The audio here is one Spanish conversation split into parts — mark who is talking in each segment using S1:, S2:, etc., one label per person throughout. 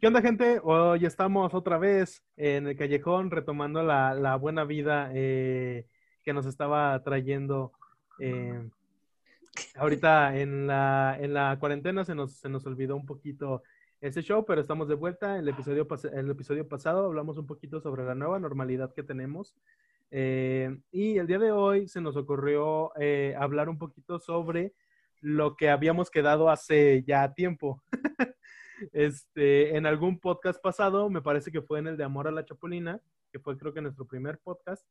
S1: ¿Qué onda, gente? Hoy estamos otra vez en el callejón retomando la, la buena vida eh, que nos estaba trayendo. eh, ahorita en la, en la cuarentena se nos, se nos olvidó un poquito este show, pero estamos de vuelta. El episodio, pas- el episodio pasado hablamos un poquito sobre la nueva normalidad que tenemos. Eh, y el día de hoy se nos ocurrió eh, hablar un poquito sobre lo que habíamos quedado hace ya tiempo. este, en algún podcast pasado, me parece que fue en el de Amor a la Chapulina, que fue creo que nuestro primer podcast,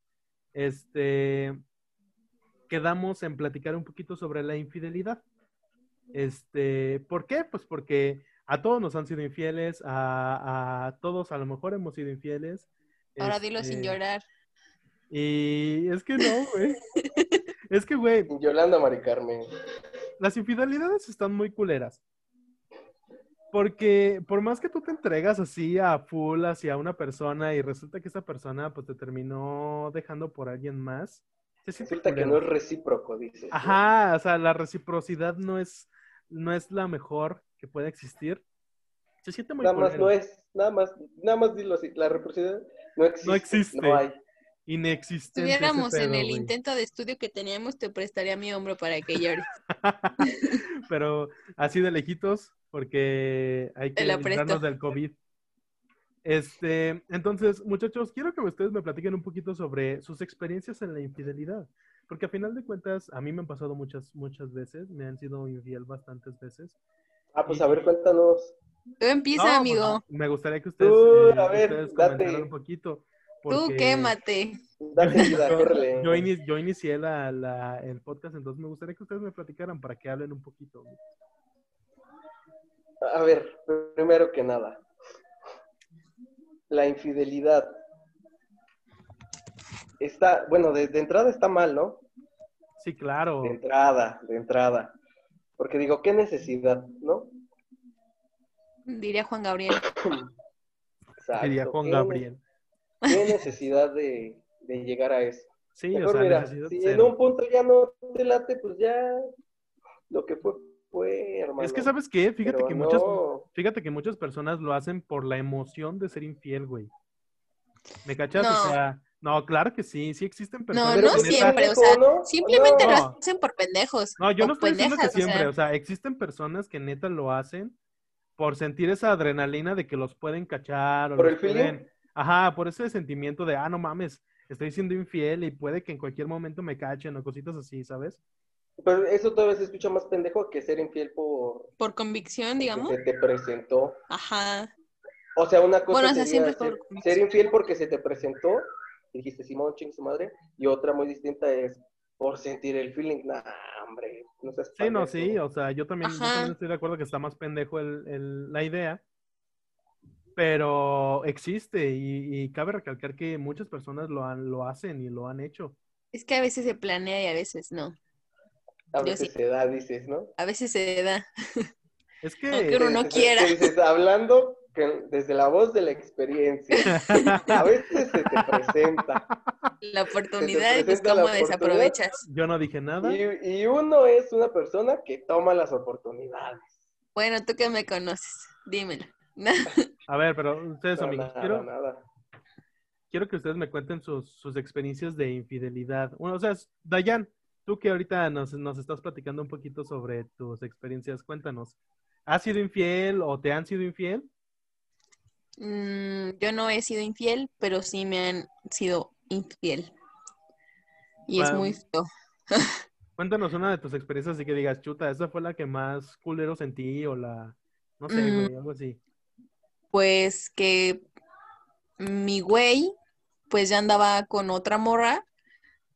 S1: este, quedamos en platicar un poquito sobre la infidelidad. Este, ¿Por qué? Pues porque a todos nos han sido infieles, a, a todos a lo mejor hemos sido infieles.
S2: Ahora dilo sin
S1: este,
S2: llorar.
S1: y es que no, güey. Es que, güey,
S3: Yolanda Mari Carmen.
S1: las infidelidades están muy culeras. Porque por más que tú te entregas así a full hacia una persona y resulta que esa persona pues te terminó dejando por alguien más, se siente
S3: Resulta que
S1: culero.
S3: no es recíproco, dices. ¿no?
S1: Ajá, o sea, la reciprocidad no es, no es la mejor que puede existir. Se siente muy
S3: Nada más
S1: culero.
S3: no es, nada más, nada más dilo así, la reciprocidad no existe.
S1: No existe.
S3: no hay.
S2: Si
S1: Inexistente. ese
S2: estuviéramos en
S1: pedo,
S2: el
S1: güey.
S2: intento de estudio que teníamos, te prestaría mi hombro para que llores.
S1: pero así de lejitos, porque hay que
S2: Te lo presto.
S1: librarnos del COVID. Este, entonces, muchachos, quiero que ustedes me platiquen un poquito sobre sus experiencias en la infidelidad. Porque a final de cuentas, a mí me han pasado muchas, muchas veces, me han sido infiel bastantes veces.
S3: Ah, pues a ver, cuéntanos.
S2: Tú empieza,
S1: No,
S2: amigo.
S1: pues, me gustaría que ustedes,
S3: Tú,
S1: eh,
S3: a ver,
S1: ustedes
S3: date.
S1: comentaran un poquito.
S2: Tú
S1: pues, porque
S2: quémate.
S3: Date vida, córrele.
S1: Yo, ini- yo inicié la- la- el podcast, entonces me gustaría que ustedes me platicaran para que hablen un poquito.
S3: A ver, primero que nada. La infidelidad. Está, bueno, de, de entrada está mal, ¿no?
S1: Sí, claro.
S3: De entrada, de entrada. Porque digo, ¿qué necesidad, no?
S2: Diría Juan Gabriel.
S3: Exacto,
S1: Diría Juan
S3: ¿qué
S1: Gabriel.
S3: ne- ¿Qué necesidad de, de llegar a eso?
S1: Sí, o
S3: Mejor
S1: sea,
S3: mira,
S1: necesidad
S3: si en
S1: cero.
S3: un punto ya no te late, pues ya lo que fue, fue, hermano.
S1: Es que, ¿sabes qué? Fíjate
S3: Pero
S1: que muchas,
S3: no,
S1: fíjate que muchas personas lo hacen por la emoción de ser infiel, güey. ¿Me cachas? O
S2: No.
S1: sea, no, claro que sí, sí existen
S2: No,
S1: personas.
S3: Pero
S2: no
S1: que neta-
S3: pues,
S2: siempre. O
S3: pendejo,
S2: sea,
S3: ¿no?
S2: simplemente lo
S1: No.
S2: hacen por pendejos.
S1: No, yo
S2: o
S1: no estoy diciendo que
S2: pendejas, o sea.
S1: siempre, o sea, existen personas que neta lo hacen por sentir esa adrenalina de que los pueden cachar o
S3: Por
S1: los
S3: el feeling.
S1: pueden- Ajá, por ese sentimiento de, ah, no mames, estoy siendo infiel y puede que en cualquier momento me cachen o cositas así, ¿sabes?
S3: Pero eso todavía se escucha más pendejo que ser infiel por
S2: Por convicción, digamos.
S3: que se te presentó.
S2: Ajá.
S3: O sea, una cosa
S2: Bueno, o sea,
S3: sería
S2: siempre
S3: ser,
S2: por convicción.
S3: ser infiel porque se te presentó, y dijiste Simón, ching su madre, y otra muy distinta es por sentir el feeling. Nah, hombre, no seas
S1: Sí, no,
S3: pendejo.
S1: sí, o sea, yo también, yo
S2: Ajá.
S1: también estoy de acuerdo que está más pendejo el- el- la idea, pero existe y, y cabe recalcar que muchas personas lo, han, lo hacen y lo han hecho.
S2: Es que a veces se planea y a veces no.
S3: A
S2: yo
S3: veces
S2: sí.
S3: se da, dices, ¿no?
S2: A veces se da.
S1: Es que...
S2: Aunque uno no
S3: Dices-
S2: quiera.
S3: dices, hablando que- desde la voz de la experiencia. A veces se te presenta.
S2: La oportunidad y pues
S3: presenta la
S2: cómo
S3: oportunidad.
S2: desaprovechas.
S1: Yo no dije nada.
S3: Y, y uno es una persona que toma las oportunidades.
S2: Bueno, tú que me conoces, dímelo.
S1: A ver, pero ustedes,
S3: No,
S1: amigos,
S3: nada,
S1: quiero,
S3: nada.
S1: quiero que ustedes me cuenten sus, sus experiencias de infidelidad. Bueno, o sea, Dayan, tú que ahorita nos, nos estás platicando un poquito sobre tus experiencias, cuéntanos. ¿Has sido infiel o te han sido infiel?
S2: Mm, yo no he sido infiel, pero sí me han sido infiel. Y es
S1: Wow.
S2: muy feo.
S1: Cuéntanos una de tus experiencias así que digas, chuta, esa fue la que más culero sentí o la, no sé,
S2: Mm.
S1: güey, algo así.
S2: Pues que mi güey, pues ya andaba con otra morra,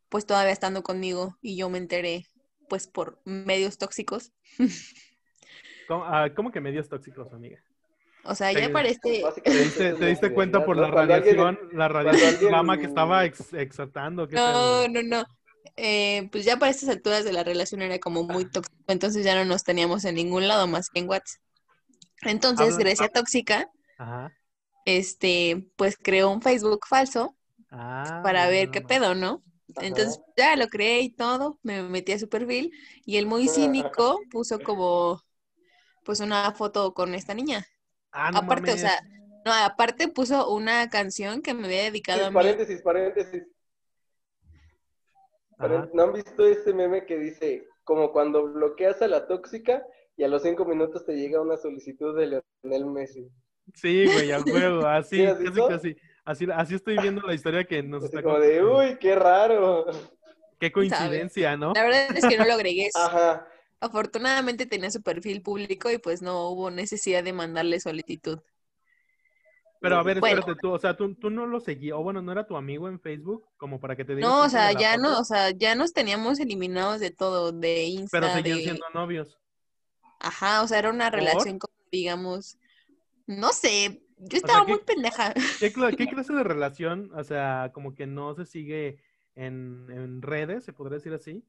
S2: pues todavía estando conmigo. Y yo me enteré, pues por medios tóxicos.
S1: ¿Cómo, ah, cómo que medios tóxicos, amiga?
S2: O sea,
S1: Sí.
S2: ya parece.
S1: ¿Te
S3: Básicamente
S1: diste,
S3: es
S1: te
S3: una
S1: diste cuenta
S3: infidelidad,
S1: por
S3: ¿no?
S1: la
S3: Cuando alguien-
S1: radiación, la radiación
S3: alguien-
S1: gamma que estaba ex- exaltando? ¿qué pedo?
S2: No, no, no. Eh, pues ya para estas alturas de la relación era como muy tóxico, entonces ya no nos teníamos en ningún lado más que en WhatsApp. Entonces,
S1: Habla-
S2: Grecia Tóxica
S1: Ajá.
S2: este, pues creó un Facebook falso
S1: Ah,
S2: para
S1: mira
S2: ver
S1: nada
S2: qué
S1: más.
S2: pedo, ¿no?
S3: Ajá.
S2: Entonces ya lo creé y todo, me metí a su perfil y el muy cínico puso como, pues una foto con esta niña.
S1: Ah, no
S2: aparte, o
S1: mames.
S2: sea, no, aparte puso una canción que me había dedicado a mí.
S3: paréntesis, paréntesis.
S1: Ajá.
S3: ¿No han visto ese meme que dice, como cuando bloqueas a la tóxica y a los cinco minutos te llega una solicitud de Leonel Messi?
S1: Sí, güey, a huevo, así,
S3: ¿Sí has
S1: casi,
S3: visto?
S1: casi. Así, así estoy viendo la historia que nos
S3: Así
S1: Pues está
S3: como de,
S1: contando.
S3: uy, qué raro.
S1: Qué coincidencia, ¿no? Ah.
S2: La verdad es que no lo agregué.
S3: Ajá.
S2: Afortunadamente tenía su perfil público y pues no hubo necesidad de mandarle solicitud.
S1: Pero a ver,
S2: Bueno.
S1: espérate tú, o sea, tú, tú no lo seguías, o bueno, no era tu amigo en Facebook, como para que te digas.
S2: No, o sea, ya no, o sea, ya nos teníamos eliminados de todo, de Insta,
S1: Pero seguían
S2: de-
S1: siendo novios.
S2: Ajá, o sea, era una
S1: ¿Por?
S2: relación como, digamos, no sé, yo
S1: sea,
S2: estaba
S1: ¿qué-
S2: muy pendeja.
S1: ¿Qué, cla- qué clase de relación, o sea, como que no se sigue en, en redes, se podría decir así?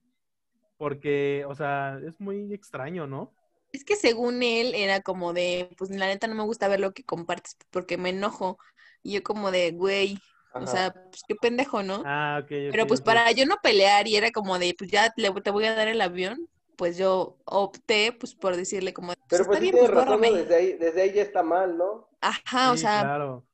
S1: Porque, o sea, es muy extraño, ¿no?
S2: Es que según él era como de, pues la neta no me gusta ver lo que compartes porque me enojo. Y yo como de, güey,
S3: ajá.
S2: o sea, pues qué pendejo, ¿no?
S1: Ah, ok.
S2: Pero
S1: ok,
S2: pues
S1: ok.
S2: para yo no pelear y era como de, pues ya le- te voy a dar el avión, pues yo opté pues por decirle como, pues
S3: Pero
S2: está
S3: pues sí
S2: bien,
S3: tienes
S2: pues
S3: razón, ¿no?
S2: bórrame.
S3: desde ahí, desde ahí ya está mal, ¿no?
S2: Ajá, o
S1: Sí,
S2: sea,
S1: claro.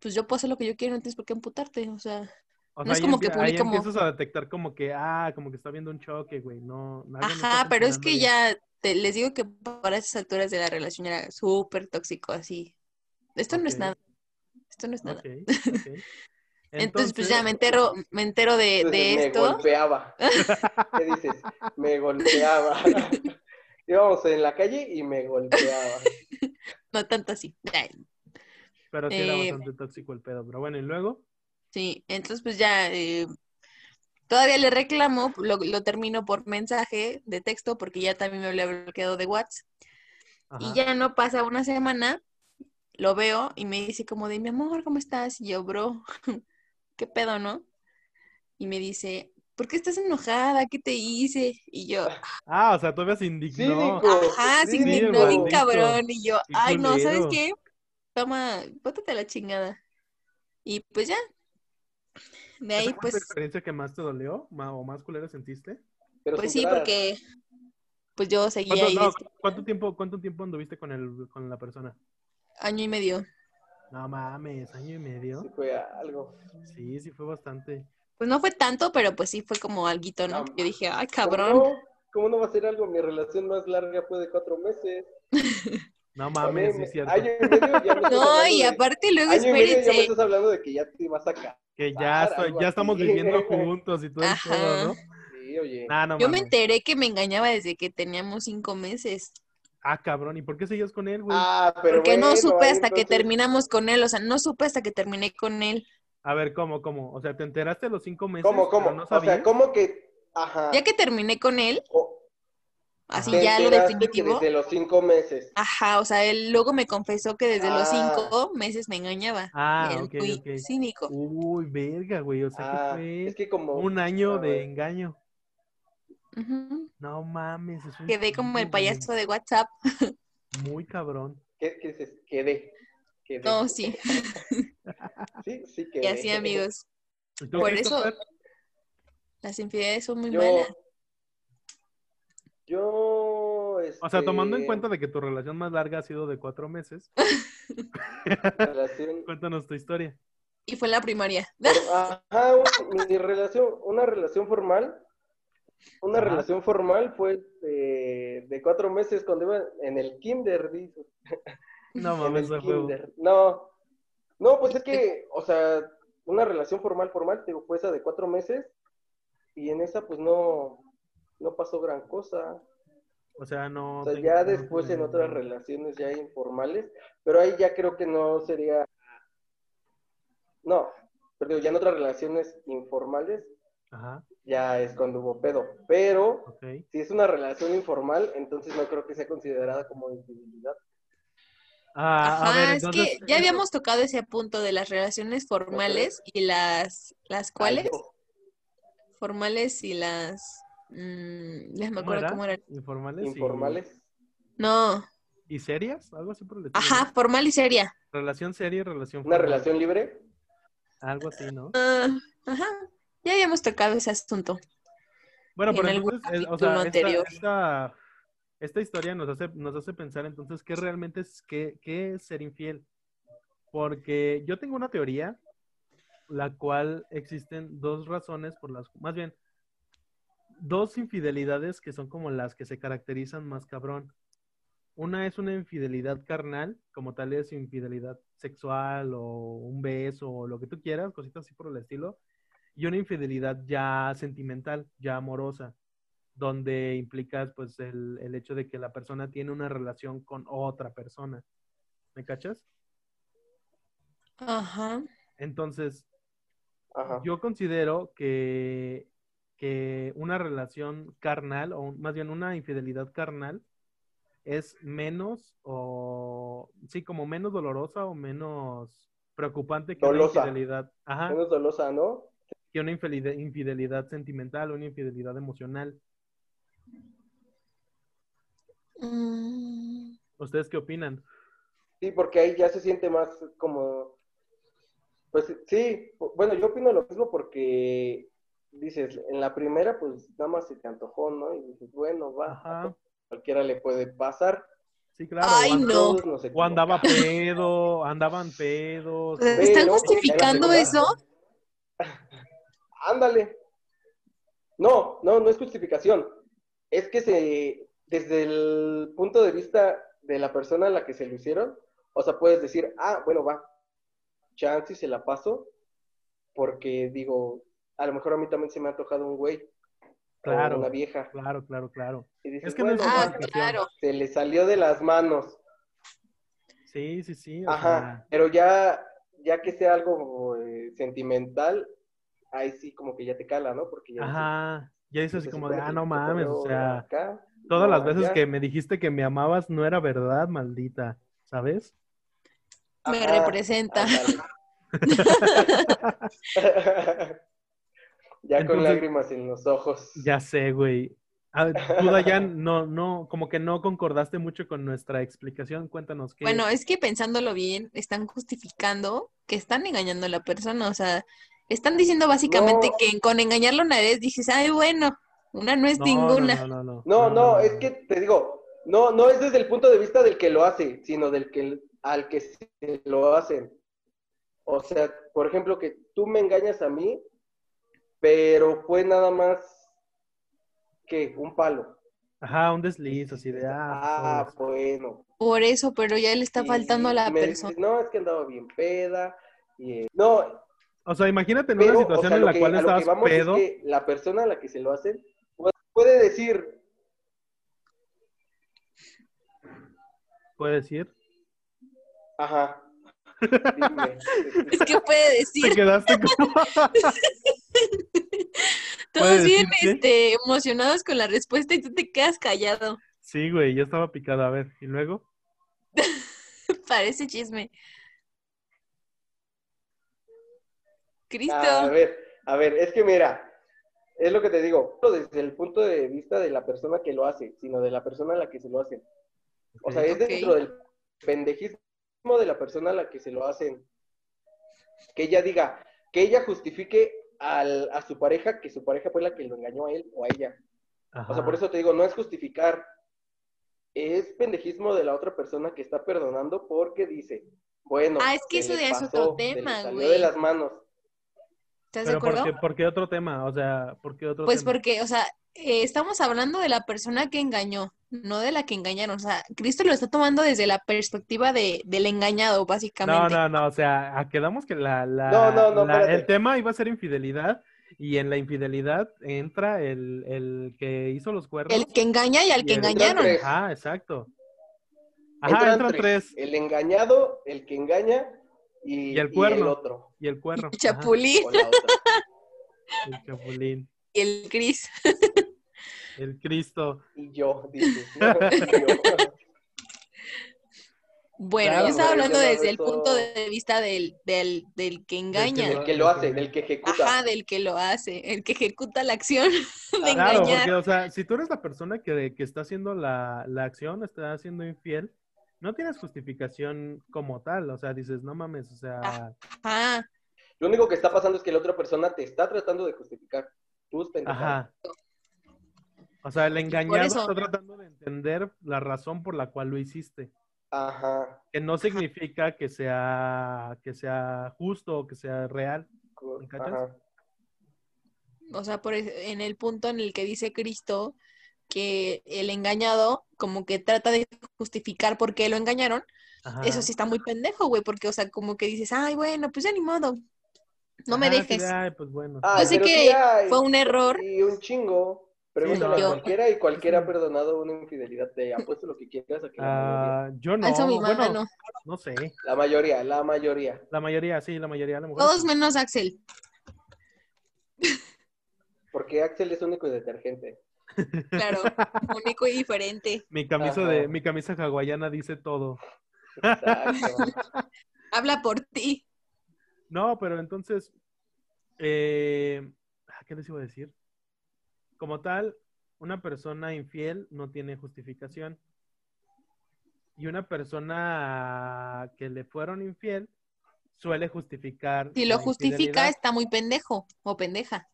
S2: pues yo puedo hacer lo que yo quiero, no tienes por qué emputarte, o sea,
S1: O
S2: no
S1: sea,
S2: es
S1: ahí
S2: como que
S1: empie- ahí
S2: publica como-
S1: empiezas a detectar como que, ah, como que está viendo un choque, güey, no. algo no está
S2: ajá, pero es
S1: funcionando
S2: que
S1: bien.
S2: ya te- les digo que para esas alturas de la relación era súper tóxico, así. Esto no es
S1: Ok.
S2: nada, esto no es nada.
S1: Ok, ok.
S2: Entonces, pues ya me entero, me entero de,
S3: Entonces,
S2: de
S3: Pues, me
S2: esto.
S3: golpeaba. ¿Qué dices? Me golpeaba. Íbamos en la calle y me golpeaba.
S2: No tanto así. Ay,
S1: Pero sí era
S2: eh,
S1: bastante tóxico el pedo. Pero bueno, y luego.
S2: Sí, entonces pues ya eh, todavía le reclamo, lo, lo termino por mensaje de texto porque ya también me había bloqueado de WhatsApp.
S1: Ajá.
S2: Y ya no pasa una semana, lo veo y me dice como de mi amor, ¿cómo estás? Y yo, bro, ¿qué pedo, no? Y me dice, ¿por qué estás enojada? ¿Qué te hice? Y yo,
S1: Ah, o sea, todavía se indignó.
S3: Cínico.
S2: Ajá, se
S1: Sí,
S3: cínico.
S2: indignó bien
S1: maldito.
S2: cabrón. Y yo,
S1: Qué
S2: ay, no, ¿sabes
S1: culero.
S2: qué? Toma, bótate a la chingada. Y pues ya. De
S1: ¿Esa
S2: ahí,
S1: fue
S2: pues,
S1: la experiencia que más te dolió ma- o más culera sentiste?
S3: Pero
S2: pues
S3: sin
S2: sí,
S3: llorar.
S2: porque pues yo seguía
S1: ¿Cuánto,
S2: ahí
S1: no,
S2: este
S1: ¿cuánto, tiempo, ¿Cuánto tiempo anduviste con, el, con la persona?
S2: año y medio.
S1: No mames, año y
S3: Sí
S1: medio.
S3: fue algo.
S1: Sí, sí fue bastante.
S2: Pues no fue tanto, pero pues sí fue como alguito, ¿no?
S3: Ah,
S2: Que Yo dije, ay,
S3: ¿Cómo
S2: cabrón.
S3: no? ¿Cómo no va a ser algo? Mi relación más larga fue de cuatro meses.
S1: No
S3: También
S1: mames, sí es cierto.
S3: Año y medio ya me estás
S2: No,
S3: hablando
S2: y
S3: de-
S2: aparte luego
S3: Año y medio ya me
S2: espérense.
S3: estás hablando de que ya te vas a casar.
S1: Que ya, estoy-
S3: algo
S1: ya estamos
S3: así.
S1: viviendo juntos y todo el
S2: Ajá.
S1: pedo, ¿no?
S3: Sí, oye.
S1: Nah, no
S2: Yo me
S1: mames.
S2: enteré que me engañaba desde que teníamos cinco meses.
S1: Ah, cabrón, ¿y por qué seguías con él, güey?
S3: Ah, pero
S2: Porque no
S3: bueno,
S2: supe
S3: ahí
S2: hasta que
S3: entonces-
S2: terminamos con él, o sea, no supe hasta que terminé con él.
S1: A ver, ¿cómo, cómo? O sea, ¿te enteraste a los cinco meses?
S3: ¿Cómo, cómo?
S1: pero no
S3: o
S1: sabías?
S3: sea, ¿cómo que...? Ajá.
S2: Ya que terminé con él,
S3: O-
S2: así
S3: Ah. te
S2: ya lo
S3: enteraste que
S2: definitivo.
S3: Desde los cinco meses.
S2: Ajá, o sea, él luego me confesó que desde los
S3: Ah.
S2: cinco meses me engañaba.
S1: Ah,
S2: Él
S1: ok,
S2: muy
S1: ok.
S2: cínico.
S1: Uy, verga, güey. O sea,
S3: Ah,
S1: que
S3: es
S1: fue
S3: que como...
S1: un año
S3: Ah,
S1: de
S3: bueno.
S1: engaño.
S2: Ujú.
S1: No mames,
S3: Ah,
S1: es un
S2: Quedé como el
S1: chingo, güey.
S2: payaso de WhatsApp.
S1: Muy cabrón.
S3: ¿Qué, qué dices? Quedé. Quedé.
S2: No, sí,
S3: Sí, sí
S2: y
S3: quedé.
S2: así amigos.
S1: ¿Y tú,
S2: Por
S1: Christopher?
S2: eso las infidelidades son muy
S3: Yo...
S2: malas.
S3: Yo... Este,
S1: O sea, tomando en cuenta de que tu relación más larga ha sido de cuatro meses,
S3: Relación... ah,
S1: cuéntanos tu historia.
S2: Y fue en la primaria.
S3: Ajá, un- mi relación, una relación formal. Una
S1: Ajá.
S3: relación formal fue eh, de cuatro meses cuando iba en el kinder, dice.
S1: No
S3: En
S1: mames,
S3: el
S1: a huevo.
S3: kinder. No. No, pues es que, o sea, una relación formal, formal, te digo, fue esa de cuatro meses. Y en esa, pues no, no pasó gran cosa.
S1: O sea, no.
S3: O sea,
S1: tengo-
S3: ya
S1: no
S3: después en
S1: tengo-
S3: otras relaciones ya informales, pero ahí ya creo que no sería. No, pero digo, ya en otras relaciones informales
S1: Ajá,
S3: ya es cuando hubo pedo. Pero
S1: ok.
S3: si es una relación informal, entonces no creo que sea considerada como infidelidad.
S1: Ah,
S2: Ajá,
S1: a ver,
S2: es
S1: entonces.
S2: que ya habíamos tocado ese punto de las relaciones formales y las, las cuales,
S3: Ay, yo-
S2: formales y las, mm, ya me
S1: ¿Cómo
S2: acuerdo
S1: era?
S2: cómo eran.
S1: Informales. y-
S3: Informales.
S2: No,
S1: Y, serias? Algo así por el estilo,
S2: ajá, formal y seria.
S1: ¿no? Relación seria y relación
S3: Una
S1: formal.
S3: relación libre.
S1: Algo así, ¿no?
S2: Ah, ajá, ya habíamos tocado ese asunto.
S1: Bueno,
S2: en
S1: pero
S2: algún
S1: entonces, eh, o
S2: capítulo
S1: sea, esta,
S2: anterior.
S1: esta, esta historia nos hace, nos hace pensar entonces qué realmente es, qué, qué es ser infiel. Porque yo tengo una teoría, la cual existen dos razones por las, más bien, dos infidelidades que son como las que se caracterizan más cabrón. Una es una infidelidad carnal, como tal es infidelidad sexual o un beso o lo que tú quieras, cositas así por el estilo. Y una infidelidad ya sentimental, ya amorosa, donde implicas pues el, el hecho de que la persona tiene una relación con otra persona. ¿Me cachas?
S2: Ajá.
S1: Entonces,
S3: Ajá.
S1: yo considero que, que una relación carnal, o más bien una infidelidad carnal, es menos o, sí, como menos dolorosa o menos preocupante que
S3: Dolosa.
S1: una infidelidad. Ajá,
S3: Menos dolosa, ¿no?
S1: que una infelide- infidelidad sentimental o una infidelidad emocional.
S2: Mm,
S1: ¿Ustedes qué opinan?
S3: Sí, porque ahí ya se siente más como... Pues sí, bueno, yo opino lo mismo porque dices, en la primera pues nada más se te antojó, ¿no? Y dices, bueno, va,
S1: Ajá.
S3: cualquiera le puede pasar.
S1: Sí, claro.
S2: Ay,
S1: o, an-
S2: no.
S3: Todos nos
S1: o andaba
S3: equivocamos.
S1: pedo, andaban pedos.
S2: pues,
S3: Sí,
S2: ¿Están
S3: ¿no?
S2: justificando
S3: Era
S2: eso?
S3: Ándale. No, no, no es justificación. Es que se, desde el punto de vista de la persona a la que se lo hicieron, o sea, puedes decir, ah, bueno, va, chance y se la paso, porque digo, a lo mejor a mí también se me ha antojado un güey,
S1: Claro.
S3: o una vieja.
S1: Claro, claro, claro.
S3: Y dices,
S1: Es que no es una
S3: "Bueno,
S2: Ah,
S3: va,
S1: justificación.
S2: claro.
S3: se le salió de las manos.
S1: Sí, sí, sí. o
S3: Ajá,
S1: sea,
S3: pero ya, ya que sea algo eh, sentimental, ahí sí como que ya te cala, ¿no? Porque ya dices,
S1: ajá. Ya dices así
S3: Se
S1: como de,
S3: supone
S1: ah,
S3: que
S1: no
S3: te
S1: mames, o
S3: cobró
S1: sea.
S3: acá,
S1: Todas
S3: no,
S1: las veces
S3: allá.
S1: que me dijiste que me amabas no era verdad, maldita, ¿sabes?
S2: Me
S3: Ajá,
S2: representa.
S3: ándale. ya
S1: Entonces-
S3: con lágrimas en los ojos.
S1: Ya sé, güey. A ver, tú, Dayan, no, no, como que no concordaste mucho con nuestra explicación. Cuéntanos qué.
S2: Bueno, es que pensándolo bien, están justificando que están engañando a la persona. O sea, están diciendo básicamente
S3: No.
S2: que con engañarlo una vez dices, ay, bueno, una no es
S1: No, No,
S2: ninguna.
S1: no, no,
S3: No, no, es que te digo, no, no es desde el punto de vista del que lo hace, sino del que al que se lo hacen. O sea, por ejemplo, que tú me engañas a mí, pero fue nada más que un palo.
S1: Ajá, un desliz así de. Ah,
S3: Ah, bueno,
S2: Por eso, pero ya le está
S3: Y-
S2: faltando a
S3: y
S2: la
S3: me
S2: persona.
S3: dices, no, es que andaba bien peda. Y, eh, no,
S1: o sea, imagínate en
S3: pero,
S1: una
S3: o
S1: situación
S3: sea,
S1: en
S3: lo
S1: la
S3: que-
S1: cual
S3: a lo que
S1: estabas
S3: vamos es
S1: pedo.
S3: que la persona a la que se lo hacen pu- puede decir,
S1: Puede decir.
S3: ajá, dime. este,
S2: Es que puede
S1: Te
S2: decir,
S1: quedaste como.
S2: todos
S1: decir
S2: bien
S1: qué?
S2: este, emocionados con la respuesta y tú te quedas callado.
S1: sí, güey, yo estaba picado. A ver, y luego.
S2: Parece chisme. Cristo.
S3: a ver, a ver, es que mira, es lo que te digo, no desde el punto de vista de la persona que lo hace, sino de la persona a la que se lo hacen. O sea, es
S2: Mm, Ok.
S3: dentro del pendejismo de la persona a la que se lo hacen. Que ella diga, que ella justifique al- a su pareja que su pareja fue la que lo engañó a él o a ella.
S1: Ajá.
S3: O sea, por eso te digo, no es justificar. Es pendejismo de la otra persona que está perdonando porque dice, bueno.
S2: Ah, es que
S3: se
S2: eso ya
S3: le
S2: es otro
S3: pasó, se le
S2: tema,
S3: salió
S2: güey.
S3: de las manos.
S2: ¿Estás de
S1: Pero ¿por
S2: acuerdo?
S1: qué, por qué otro tema? O sea, ¿por qué otro
S2: Pues
S1: tema?
S2: porque, o sea, eh, estamos hablando de la persona que engañó, no de la que engañaron. O sea, Cristo lo está tomando desde la perspectiva de, del engañado,
S1: No,
S2: básicamente.
S1: no, no, o sea, a- quedamos que la, la-
S3: No, no, no,
S1: la- el
S3: espérate.
S1: tema iba a ser infidelidad y en la infidelidad entra el, el que hizo los cuernos.
S2: El que engaña y al
S1: y
S2: que
S1: el-
S2: engañaron.
S3: Entonces,
S1: Ajá, exacto. Ajá, entran, tres.
S3: El engañado, el que engaña y,
S1: Y el
S3: y
S1: cuerno.
S3: otro.
S1: y el cuerno.
S2: El
S1: ajá,
S2: chapulín
S3: o la otra.
S1: el chapulín,
S2: y el Cris.
S1: el Cristo.
S3: Y yo, dices. ¿no? Yo.
S2: Bueno,
S1: Claro,
S2: yo estaba
S3: pero
S2: hablando
S3: yo no
S2: desde el
S3: beso-
S2: punto de vista del, del, del que engaña.
S3: Del que lo hace, del que ejecuta.
S2: Ajá, del que lo hace, el que ejecuta la acción de
S1: Claro,
S2: engañar.
S1: porque, o sea, si tú eres la persona que, que está haciendo la, la acción, está haciendo infiel, no tienes justificación como tal. O sea, dices, no mames, o sea,
S2: Ah, Ajá,
S3: Lo único que está pasando es que la otra persona te está tratando de justificar tus pendejadas.
S1: ajá. O sea, el engañado
S2: eso-
S1: está tratando de entender la razón por la cual lo hiciste.
S3: Ajá.
S1: Que no significa que sea, que sea justo o que sea real.
S3: co-
S1: ¿Me cachas?
S3: ajá.
S2: O sea, por, e- en el punto en el que dice Cristo que el engañado como que trata de justificar por qué lo engañaron,
S1: Ajá.
S2: eso sí está muy pendejo, güey, porque, o sea, como que dices, ay, bueno, pues ya ni modo, no me
S1: Ajá, sí,
S2: dejes. Ah,
S1: de, ay, pues bueno.
S3: Ay,
S2: Yo sé
S3: Ah, pero
S2: que
S3: sí hay,
S2: Fue un error,
S3: Y un chingo. Pregúntale
S1: Sí,
S3: a
S1: yo-
S3: cualquiera y cualquiera ha
S1: Sí.
S3: perdonado una infidelidad. Te apuesto lo que quieras a que la mayoría.
S1: Ah, yo no,
S2: alzo mi
S1: bueno,
S2: mano.
S1: no sé.
S3: La mayoría, la mayoría.
S1: La mayoría, sí, la mayoría a lo mejor.
S2: Todos menos Axel.
S3: Porque Axel es único y detergente.
S2: Claro, único y diferente.
S1: Mi camisa
S3: Ajá.
S1: de, mi camisa hawaiana dice todo.
S3: Exacto.
S2: Habla por ti.
S1: No, pero entonces, eh, ah, ¿qué les iba a decir? Como tal, una persona infiel no tiene justificación. Y una persona que le fueron infiel suele justificar.
S2: Si lo
S1: la
S2: justifica,
S1: infidelidad.
S2: está muy pendejo o pendeja.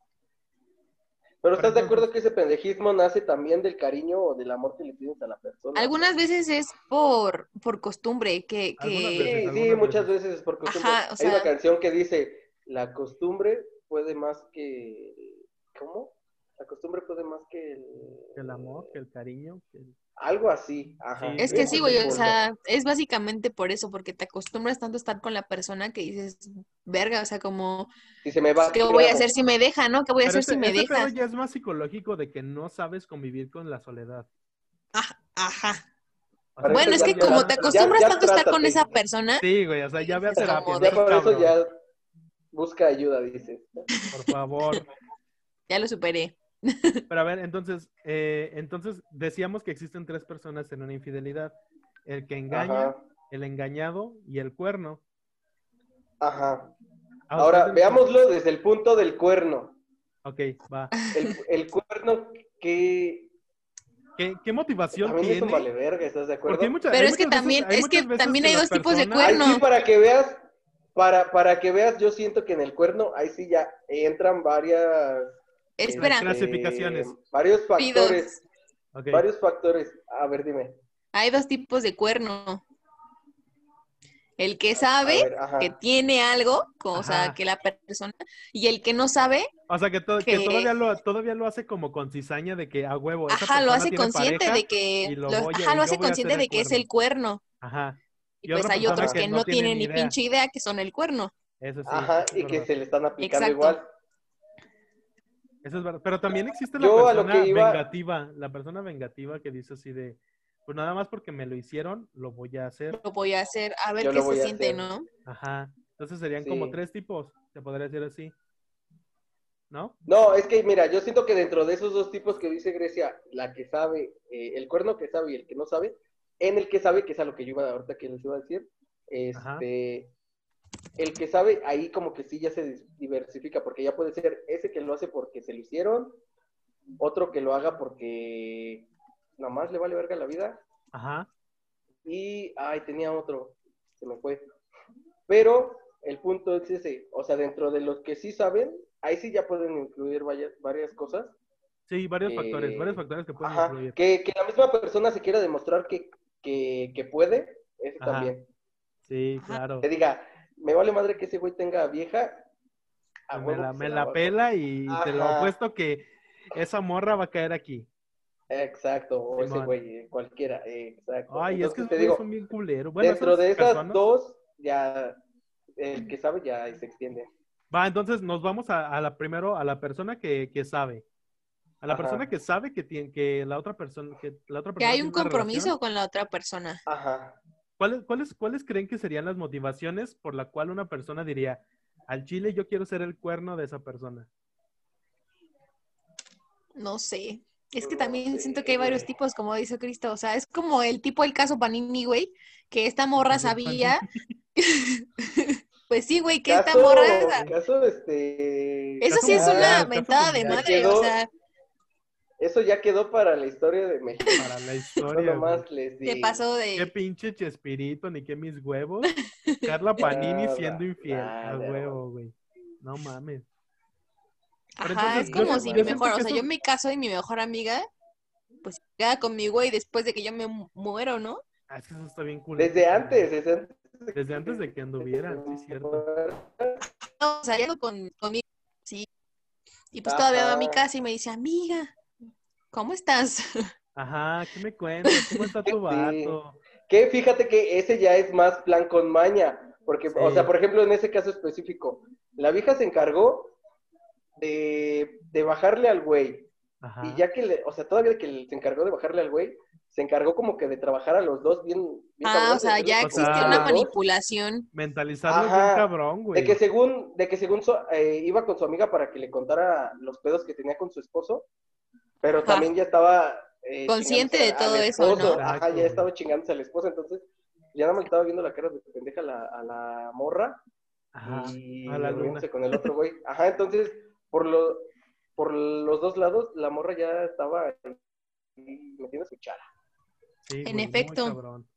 S3: Pero ¿estás de acuerdo que ese pendejismo nace también del cariño o del amor que le tienes a la persona?
S2: Algunas veces es por, por costumbre, que,
S1: Algunas
S2: que
S1: veces.
S3: Sí, sí, muchas veces es por costumbre.
S2: Ajá, o
S3: Hay una
S2: sea-
S3: canción que dice, la costumbre puede más que... ¿Cómo? La costumbre puede más que el...
S1: Que el amor, que el cariño. que el-
S3: Algo así, ajá.
S1: Sí,
S2: Es que
S1: Ese
S2: sí,
S1: es
S2: güey,
S1: el
S2: o sea, es básicamente por eso, porque te acostumbras tanto a estar con la persona que dices, verga, o sea, como,
S3: Si se me va...
S2: ¿qué voy a
S3: hago?
S2: hacer si me deja, no? ¿Qué voy a
S1: Pero
S2: hacer
S1: ese-
S2: si me
S1: ese pedo
S2: dejas?
S1: ya es más psicológico de que no sabes convivir con la soledad.
S2: Ajá.
S1: O sea,
S2: Bueno, es
S3: ya-
S2: que
S3: ya-
S2: como te
S3: ya-
S2: acostumbras
S3: ya
S2: tanto a estar con
S3: trátate.
S2: esa persona,
S1: Sí, güey, o sea, ya ve a
S2: Es
S1: terapia.
S2: como de-
S1: no
S3: Ya
S1: seas
S3: por eso
S1: cabrón,
S3: ya busca ayuda, dice.
S1: Por favor.
S2: ya lo superé.
S1: Pero a ver, entonces, eh, entonces decíamos que existen tres personas en una infidelidad. El que engaña,
S3: Ajá,
S1: el engañado y el cuerno.
S3: ajá.
S1: ¿A
S3: Ahora,
S1: ustedes les-
S3: veámoslo desde el punto del cuerno.
S1: Ok, va.
S3: El, el cuerno que...
S1: ¿Qué, qué motivación
S3: También es un
S1: tiene?
S3: vale verga, ¿estás de acuerdo?
S1: Porque hay mucha-
S2: Pero
S1: hay
S2: es que
S1: muchas
S2: también-
S1: hay
S2: es que
S1: muchas veces
S2: también hay
S1: las
S2: dos tipos de
S1: personas-
S2: cuernos.
S3: Ahí
S2: Cuerno.
S3: sí, para que veas, para, para que veas, yo siento que en el cuerno ahí sí ya entran varias... este,
S2: Espera,
S1: claro. Clasificaciones.
S3: Varios
S2: pido,
S3: factores,
S1: Ok,
S3: varios factores. A ver, dime.
S2: hay dos tipos de cuerno. El que
S3: A
S2: sabe
S3: ver, ajá.
S2: que tiene algo, co- o sea,
S1: Ajá.
S2: que la persona, y el que no sabe,
S1: O sea, que, to- que
S2: que-
S1: todavía, lo, todavía lo hace como con cizaña de que a huevo. Pues esa
S2: ajá, lo
S1: persona
S2: hace
S1: tiene
S2: consciente
S1: pareja,
S2: de que,
S1: y lo
S2: lo-
S1: voy a-
S2: ajá,
S1: y
S2: lo
S1: yo
S2: hace
S1: voy a
S2: consciente
S1: hacer
S2: de
S1: el
S2: que es el cuerno.
S1: Ajá,
S2: Y
S1: Y
S2: pues
S1: otra
S2: hay
S1: persona
S2: otros
S1: que
S2: que,
S1: no
S2: no
S1: tiene
S2: tienen
S1: ni
S2: ni
S1: idea.
S2: pinche idea que son el cuerno.
S1: eso sí.
S3: Ajá,
S1: eso es
S3: y que
S1: verdad.
S3: se le están aplicando
S2: Exacto.
S3: igual.
S1: Eso es verdad. Pero también existe la
S3: Yo a lo
S1: persona
S3: que iba-
S1: vengativa, la persona vengativa que dice así de, pues nada más porque me lo hicieron, lo voy a hacer.
S2: Lo voy a hacer, a ver
S3: Yo
S2: qué
S3: lo voy
S2: se
S3: a
S2: siente,
S3: hacer.
S2: ¿no?
S1: Ajá. Entonces serían
S3: Sí.
S1: como tres tipos, se podría decir así. ¿No?
S3: No, es que mira, yo siento que dentro de esos dos tipos que dice Grecia, la que sabe, eh, el cuerno que sabe y el que no sabe, en el que sabe, que es a lo que yo iba ahorita que les iba a decir,
S1: Ajá.
S3: este, el que sabe, ahí como que sí ya se dis- diversifica, porque ya puede ser ese que lo hace porque se lo hicieron, otro que lo haga porque nada más le vale verga la vida,
S1: Ajá.
S3: y, ay, tenía otro, se me fue. Pero el punto es ese, o sea, dentro de los que sí saben, ahí sí ya pueden incluir varias, varias cosas.
S1: Sí, varios
S3: Eh,
S1: factores, varios factores que pueden
S3: Ajá,
S1: influir.
S3: que, que la misma persona se quiera demostrar que, que, que puede, eso
S1: Ajá.
S3: también.
S1: Sí,
S2: Ajá.
S1: claro.
S3: Que diga, me vale madre que ese güey tenga vieja. a
S1: Me
S3: huevo
S1: la,
S3: que
S1: me
S3: se
S1: la
S3: va a-
S1: pela y te lo
S3: Ajá.
S1: apuesto que esa morra va a caer aquí.
S3: Exacto, o ese
S1: Simón.
S3: güey, eh, cualquiera, eh, exacto.
S1: Ay,
S3: Entonces
S1: es que
S3: te
S1: esos güeyes
S3: digo,
S1: son bien culeros. Bueno,
S3: dentro
S1: esas
S3: de esas
S1: personas-
S3: dos, ya el que sabe ya ahí se extiende.
S1: Va, entonces nos vamos a, a la primero a la persona que, que sabe. A la
S3: Ajá.
S1: persona que sabe que tiene que la otra persona que la otra
S2: Que
S1: persona
S2: hay
S1: tiene
S2: un
S1: una relación.
S2: compromiso con la otra persona.
S3: Ajá.
S1: ¿Cuáles cuáles cuáles creen que serían las motivaciones por la cual una persona diría, "Al chile yo quiero ser el cuerno de esa persona"?
S2: No sé. Es que
S3: No
S2: también siento que
S3: sé,
S2: hay varios
S3: güey.
S2: tipos, como dice Cristo. O sea, es como el tipo, el caso Panini, güey, que esta morra
S1: Caso
S2: sabía. pues sí, güey, que esta
S3: Caso-
S2: morra.
S3: caso, este,
S2: Eso
S1: caso
S2: sí es
S1: mundial,
S2: una
S1: caso
S2: mentada de
S1: mundial.
S2: madre.
S3: Quedó-
S2: O sea,
S3: Eso ya quedó para la historia de México.
S1: Para la
S3: No
S1: historia. güey.
S3: nomás les digo.
S2: te pasó
S1: Qué
S2: de.
S1: pinche chespirito ni qué mis huevos. Carla Panini
S3: Nada,
S1: siendo infiel. a
S3: nada.
S1: huevo, güey. No mames. Pero
S2: Ajá,
S1: entonces
S2: es
S3: yo-
S2: como
S3: yo
S2: si mi
S3: siento
S2: mejor. O
S1: que
S2: sea,
S1: eso-
S2: yo me caso y mi mejor amiga pues queda con mi güey después de que yo me mu- muero, ¿no?
S1: Ah, es que eso está bien cool.
S3: Desde antes, desde antes.
S1: Desde antes de que anduviera, sí, es cierto.
S2: No, saliendo con, conmigo, sí. Y pues todavía va a mi
S3: Ajá.
S2: casa y me dice, amiga, ¿cómo estás?
S1: Ajá, ¿qué me cuentas? ¿Cómo está
S3: Este,
S1: tu vato?
S3: Que fíjate que ese ya es más plan con maña, porque, o
S1: Sí.
S3: sea, por ejemplo, en ese caso específico, la vieja se encargó de, de bajarle al güey,
S1: Ajá.
S3: y ya que, le, o sea, todavía que se encargó de bajarle al güey, se encargó como que de trabajar a los dos bien. bien
S2: ah,
S3: cabrón,
S2: o
S3: de
S2: sea, ya
S3: hacerlos
S1: O sea,
S2: existe
S3: trabajar a
S2: una
S3: los dos.
S2: manipulación.
S1: Mentalizarlo
S3: Ajá.
S1: bien cabrón, güey.
S3: De que según, de que según so- eh, iba con su amiga para que le contara los pedos que tenía con su esposo, pero
S2: Ajá.
S3: también ya estaba... eh,
S2: Consciente
S3: chingándose
S2: de
S3: al
S2: todo eso,
S3: esposo.
S1: ¿no?
S3: Ajá,
S1: Exacto,
S3: ya
S1: güey.
S3: estaba chingándose al esposo, entonces ya nada más le estaba viendo la cara de pendeja a la, a la morra
S1: Ajá.
S3: y
S1: a la
S3: reuniéndose
S1: luna.
S3: con el otro güey. Ajá, entonces por, lo, por los dos lados la morra ya estaba ahí metiendo su chara.
S1: Sí,
S2: En
S1: güey, muy
S2: efecto.
S1: cabrón.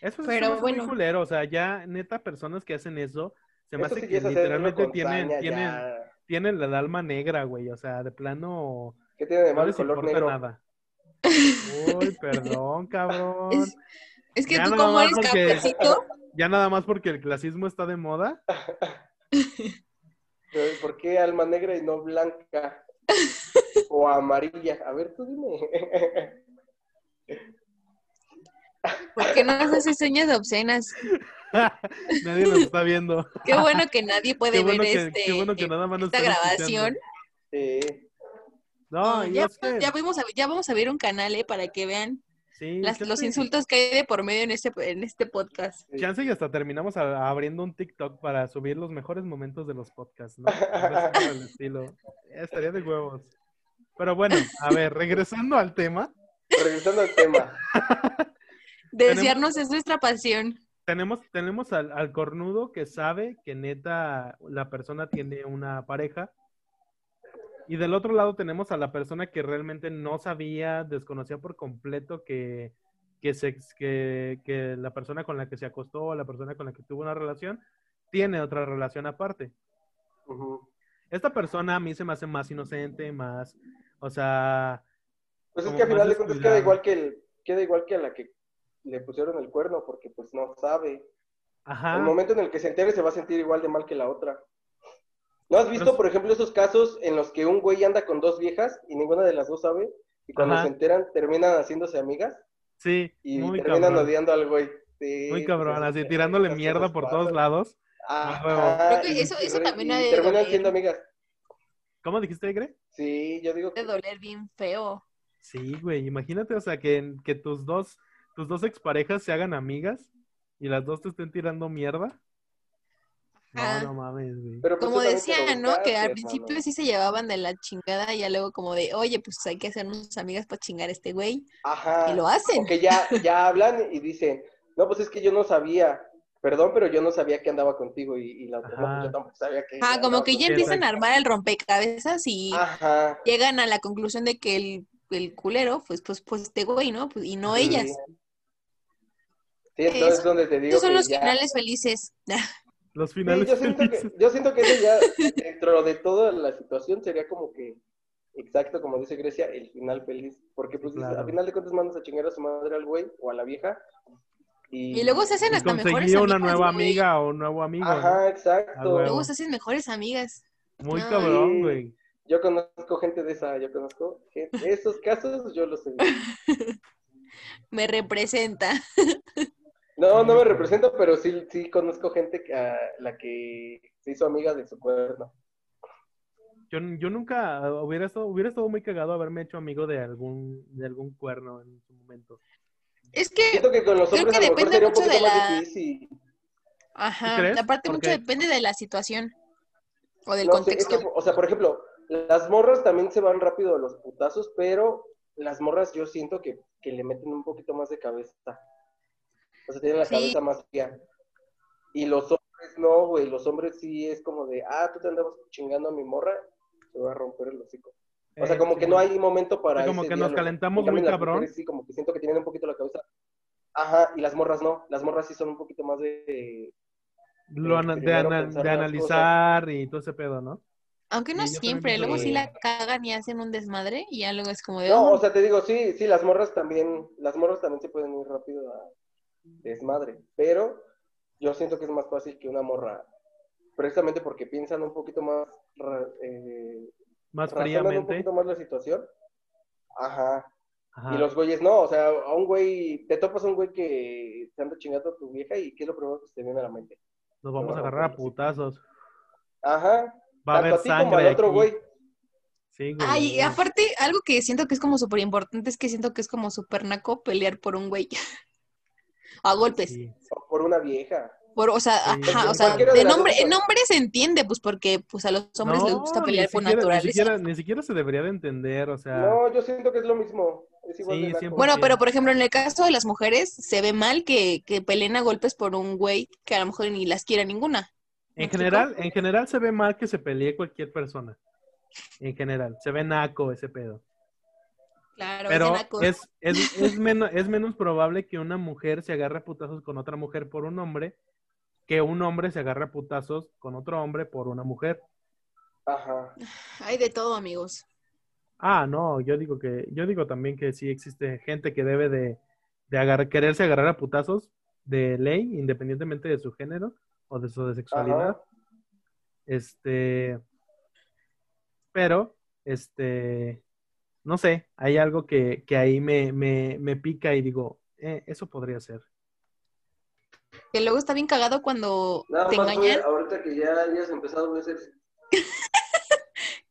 S1: Eso es,
S2: Pero
S1: Pero bueno.
S2: bueno.
S1: culero, o sea, ya neta personas que hacen eso, se me
S3: Eso
S1: hace
S3: sí ya
S1: que
S3: es hacerlo
S1: literalmente
S3: con
S1: tienen,
S3: saña,
S1: tienen,
S3: ya.
S1: tienen la alma negra, güey, o sea, de plano
S3: ¿Qué tiene de
S1: no
S3: malo el
S1: les
S3: color
S1: importa
S3: negro?
S1: nada. Uy, perdón, cabrón.
S2: Es, es que
S1: Ya
S2: tú
S1: no
S2: como
S1: más
S2: eres
S1: porque-
S2: cafecito,
S1: Ya nada más porque el clasismo está de moda.
S3: Pero, ¿Por qué alma negra y no blanca? o amarilla. A ver, tú dime.
S2: ¿por qué no haces señas obscenas?
S1: Nadie nos está viendo.
S2: Qué bueno que nadie puede
S1: Qué bueno,
S2: ver
S1: que,
S2: este,
S1: qué bueno que nada más nos
S2: esta
S1: están escuchando.
S2: grabación.
S3: Sí.
S1: No, y
S2: ya,
S1: es que-
S2: ya vimos a- ya vamos a ver un canal eh, para que vean
S1: sí,
S2: las-
S1: chance-
S2: los insultos que hay de por medio en este, en este podcast.
S1: Chance y hasta terminamos a- abriendo un TikTok para subir los mejores momentos de los podcasts, ¿no? Algo así por el estilo. Estaría de huevos. Pero bueno, a ver, regresando al tema,
S3: Regresando al tema.
S2: Desearnos es nuestra pasión.
S1: tenemos, tenemos al, al cornudo que sabe que neta la persona tiene una pareja. Y del otro lado tenemos a la persona que realmente no sabía, desconocía por completo que, que, se, que, que la persona con la que se acostó o la persona con la que tuvo una relación tiene otra relación aparte.
S3: Ujú.
S1: Esta persona a mí se me hace más inocente, más, o sea,
S3: Pues es
S1: Como
S3: que al
S1: más
S3: final de cuentas queda
S1: descuidado.
S3: igual que el, queda igual que a la que le pusieron el cuerno, porque pues no sabe.
S1: ajá.
S3: El momento en el que se entere se va a sentir igual de mal que la otra. ¿No has visto,
S1: Pero-
S3: por ejemplo, esos casos en los que un güey anda con dos viejas y ninguna de las dos sabe? Y cuando
S1: Ajá.
S3: se enteran, terminan haciéndose amigas
S1: Sí,
S3: y
S1: muy
S3: terminan
S1: cabrón.
S3: odiando al güey. Sí,
S1: Muy cabrón,
S3: pues,
S1: así
S3: esas
S1: tirándole
S3: cosas
S1: mierda por todos
S3: pasan.
S1: lados.
S3: Ajá,
S1: huevo.
S2: Creo que
S3: y-
S2: eso-
S3: y
S2: eso
S3: re-
S2: también
S3: y
S2: ha de
S3: terminan
S2: doler.
S3: siendo amigas.
S1: ¿Cómo dijiste, Gre?
S3: Sí, yo digo que
S2: De doler bien feo.
S1: Sí, güey, imagínate, o sea, que, que tus dos, tus dos exparejas se hagan amigas y las dos te estén tirando mierda. No,
S2: Ajá.
S1: no mames, güey.
S3: pero pues
S2: Como
S3: tú también te lo
S2: decían, ¿no? Que al
S3: buscaste,
S2: principio
S3: hermano.
S2: sí se llevaban de la chingada y ya luego como de, oye, pues hay que hacernos amigas para chingar a este güey.
S3: Ajá.
S2: Y lo hacen.
S3: Porque ya, ya hablan y dicen, no, pues es que yo no sabía, perdón, pero yo no sabía que andaba contigo y, y la otra, no,
S1: Ajá.
S3: pues yo tampoco sabía que.
S2: Ah, como
S3: andaba
S2: que ya
S1: Exacto.
S2: empiezan a armar el rompecabezas y
S3: contigo". Ajá.
S2: llegan a la conclusión de que el, el culero, pues, pues, pues este güey, ¿no? Pues, y no
S3: Sí.
S2: ellas.
S3: Sí, entonces
S2: Eso-
S3: es donde te digo
S2: Estos son
S3: que
S2: los
S3: ya-
S2: finales felices.
S1: Los
S3: Sí,
S1: finales
S3: yo siento que,
S1: felices.
S3: yo siento que eso ya, dentro de toda la situación, sería como que, exacto, como dice Grecia, el final feliz. Porque, pues, dices,
S1: Claro.
S3: al final de cuentas mandas a chingar a su madre al güey o a la vieja. Y,
S2: Y luego se hacen
S1: Y
S2: hasta mejores
S1: conseguí una
S2: amigas,
S1: nueva
S2: güey.
S1: amiga o un nuevo amigo. ¿no?
S3: Ajá,
S1: A
S3: exacto.
S1: huevo.
S2: Luego se hacen mejores amigas.
S1: Muy
S2: No.
S1: cabrón,
S3: Sí.
S1: güey.
S3: Yo conozco gente de esa, yo conozco gente. Esos casos yo los he visto.
S2: Me representa.
S3: No, no me represento, pero sí, sí conozco gente que- a la que se hizo amiga de su cuerno.
S1: Yo, yo nunca eh, hubiera estado, hubiera estado muy cagado haberme hecho amigo de algún, de algún cuerno en su momento.
S2: Es que
S3: Siento que con los
S2: Creo
S3: hombres
S2: que
S3: a lo mejor
S2: depende
S3: sería un
S2: mucho
S3: poquito
S2: de
S3: más
S2: la-
S3: difícil.
S2: Ajá,
S1: ¿Sí crees?
S2: aparte
S1: ¿Por
S2: mucho
S1: qué?
S2: depende de la situación o del
S3: No, sí, es
S2: contexto.
S3: que, o sea, por ejemplo, las morras también se van rápido a los putazos, pero las morras yo siento que, que le meten un poquito más de cabeza. O sea, tienen la
S2: Sí.
S3: cabeza más fría. Y los hombres no, güey. Los hombres sí es como de, ah, tú te andabas chingando a mi morra, te voy a romper el hocico. O sea,
S1: Eh,
S3: como que no hay momento para.
S1: Sí, como
S3: ese
S1: que nos
S3: diálogo.
S1: calentamos
S3: En cambio,
S1: muy
S3: las
S1: cabrón.
S3: mujeres sí, como que siento que tienen un poquito la cabeza. Ajá, y las morras no. Las morras sí son un poquito más de.
S1: lo ana- de,
S3: primero
S1: ana-
S3: pensar
S1: de
S3: las
S1: analizar y todo ese pedo, ¿no?
S2: Aunque no
S1: Sí, yo también
S2: siempre,
S1: pienso
S2: luego sí
S1: que-
S2: la cagan y hacen un desmadre y ya luego es como de...
S3: No,
S2: "Oh,
S3: o sea, te digo, sí, sí, las morras también, las morras también se pueden ir rápido a desmadre, pero yo siento que es más fácil que una morra, precisamente porque piensan un poquito más, ra- eh,
S1: Más
S3: razonan un
S1: fríamente.
S3: poquito más la situación. Ajá.
S1: Ajá.
S3: Y los güeyes no, o sea, a un güey, te topas a un güey que se anda chingando a tu vieja y ¿qué es lo primero que se te viene a la mente?
S1: Nos vamos a
S3: No,
S1: agarrar a
S3: pues, sí.
S1: putazos.
S3: Ajá.
S1: Va a
S3: tanto
S1: haber
S3: a ti como al
S1: sangre.
S3: otro
S1: aquí.
S3: güey.
S1: Sí, güey.
S2: Ay, y aparte, algo que siento que es como súper importante es que siento que es como súper naco pelear por un güey. A golpes.
S1: Sí.
S3: o Por una vieja.
S2: Por, o sea,
S1: Sí.
S2: ajá, o sea,
S3: Cualquiera de
S2: de
S3: las
S2: nombre,
S3: dos,
S2: en
S3: ¿no?
S2: hombre se entiende, pues porque pues a los hombres les gusta
S1: No,
S2: pelear
S1: ni
S2: por
S1: siquiera-
S2: naturaleza.
S1: Ni siquiera, ni siquiera se debería de entender, o sea,
S3: No, yo siento que es lo mismo. Es igual
S1: Sí,
S3: de naco.
S1: siempre.
S2: Bueno,
S1: Sí.
S2: pero por ejemplo, en el caso de las mujeres, se ve mal que, que peleen a golpes por un güey que a lo mejor ni las quiera ninguna. ¿Me
S1: en
S2: explico?
S1: general, en general se ve mal que se pelee cualquier persona. En general, se ve naco ese pedo.
S2: Claro,
S1: Pero
S2: es naco.
S1: es, es, es, menos, es menos probable que una mujer se agarre a putazos con otra mujer por un hombre que un hombre se agarre a putazos con otro hombre por una mujer.
S3: Ajá.
S2: Hay de todo, amigos.
S1: Ah, no, yo digo que, yo digo también que sí existe gente que debe de, de agar- quererse agarrar a putazos de ley, independientemente de su género o de su sexualidad.
S3: Ajá.
S1: Este, pero, este, no sé, hay algo que, que ahí me, me, me pica y digo, eh, eso podría ser.
S2: Que luego está bien cagado cuando
S3: Nada
S2: te
S3: más, güey,
S2: engañan.
S3: ahorita que ya hayas empezado a hacer
S2: que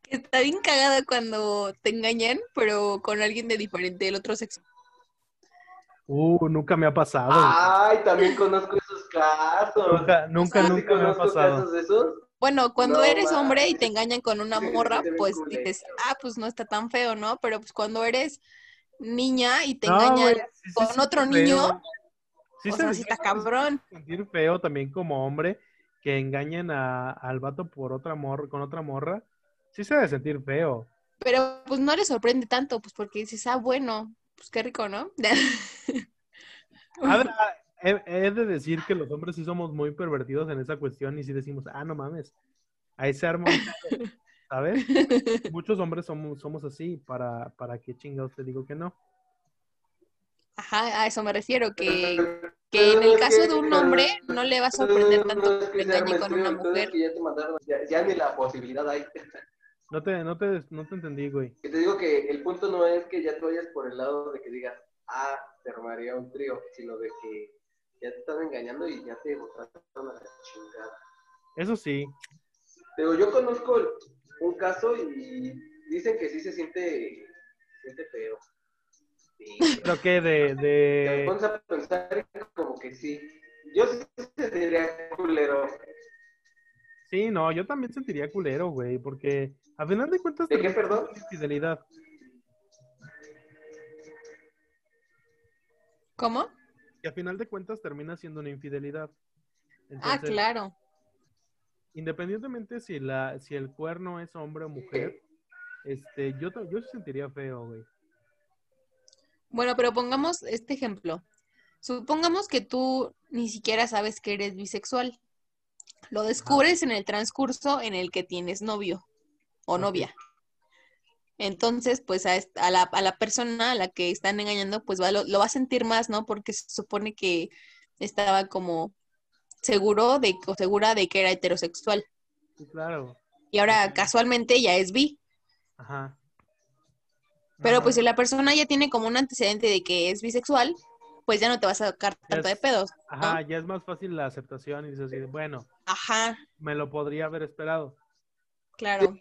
S2: Está bien cagada cuando te engañan, pero con alguien de diferente del otro sexo.
S1: Uh, nunca me ha pasado.
S3: Ay, también conozco esos casos.
S1: Ah, nunca, nunca,
S2: Ah,
S3: Sí,
S1: nunca me ha
S3: conozco
S1: pasado.
S3: casos de esos.
S2: Bueno, cuando
S3: No
S2: eres hombre y
S3: manches.
S2: te engañan con una
S3: Sí,
S2: morra,
S3: se ve
S2: pues
S3: culero.
S2: dices, ah, pues no está tan feo, ¿no? Pero pues cuando eres niña y te
S1: No,
S2: engañan
S1: güey, sí se
S2: con
S1: siente
S2: otro
S1: feo.
S2: niño,
S1: Sí
S2: o
S1: se
S2: sea, sí
S1: siente
S2: está cabrón.
S1: sentir feo también como hombre que engañen a- al vato por otra morra, con otra morra. Sí se debe sentir feo.
S2: Pero pues no le sorprende tanto, pues porque dices, ah, bueno, pues qué rico, ¿no?
S1: A ver, a- he, he de decir que los hombres sí somos muy pervertidos en esa cuestión y sí decimos, ah, no mames, ahí se arma, un pedo", ¿sabes? Muchos hombres somos, somos así, para, para qué chingados te digo que no.
S2: Ajá, a eso me refiero, que, que en el caso de un hombre no le va a sorprender tanto que te engañe con una mujer.
S3: Ya, te mandaron, ya, ya ni la posibilidad hay.
S1: No te, no te, no te entendí, güey.
S3: Que Te digo que el punto no es que ya te vayas por el lado de que digas, ah, te armaría un trío, sino de que ya te están engañando y ya te botaron a la chingada.
S1: Eso sí,
S3: Pero yo conozco un caso y dicen que sí se siente, se siente feo. Sí.
S1: creo que de...
S3: Te
S1: de...
S3: pones a pensar y como que sí. Yo sí sentiría culero.
S1: Sí, no, yo también sentiría culero, güey, porque a final de cuentas...
S3: ¿De qué,
S1: termina
S3: perdón?
S1: siendo Infidelidad.
S2: ¿Cómo?
S1: que a final de cuentas termina siendo una infidelidad.
S2: Ah,
S1: Entonces,
S2: claro.
S1: independientemente si la si el cuerno es hombre o mujer, este yo ta- yo sí sentiría feo, güey.
S2: Bueno, pero pongamos este ejemplo. Supongamos que tú ni siquiera sabes que eres bisexual. Lo descubres en el transcurso en el que tienes novio o
S1: Ok.
S2: novia. Entonces, pues a, est- a la, a la persona a la que están engañando, pues va- lo, lo va a sentir más, ¿no? Porque se supone que estaba como seguro de, o segura de que era heterosexual.
S1: Sí, claro.
S2: Y ahora casualmente ya es bi.
S1: Ajá.
S2: Pero
S1: Ajá.
S2: pues si la persona ya tiene como un antecedente de que es bisexual, pues ya no te vas a sacar tanto de
S1: Es-
S2: pedos.
S1: Ajá, ya es más fácil la aceptación y dices así, de, bueno,
S2: Ajá,
S1: me lo podría haber esperado.
S2: claro.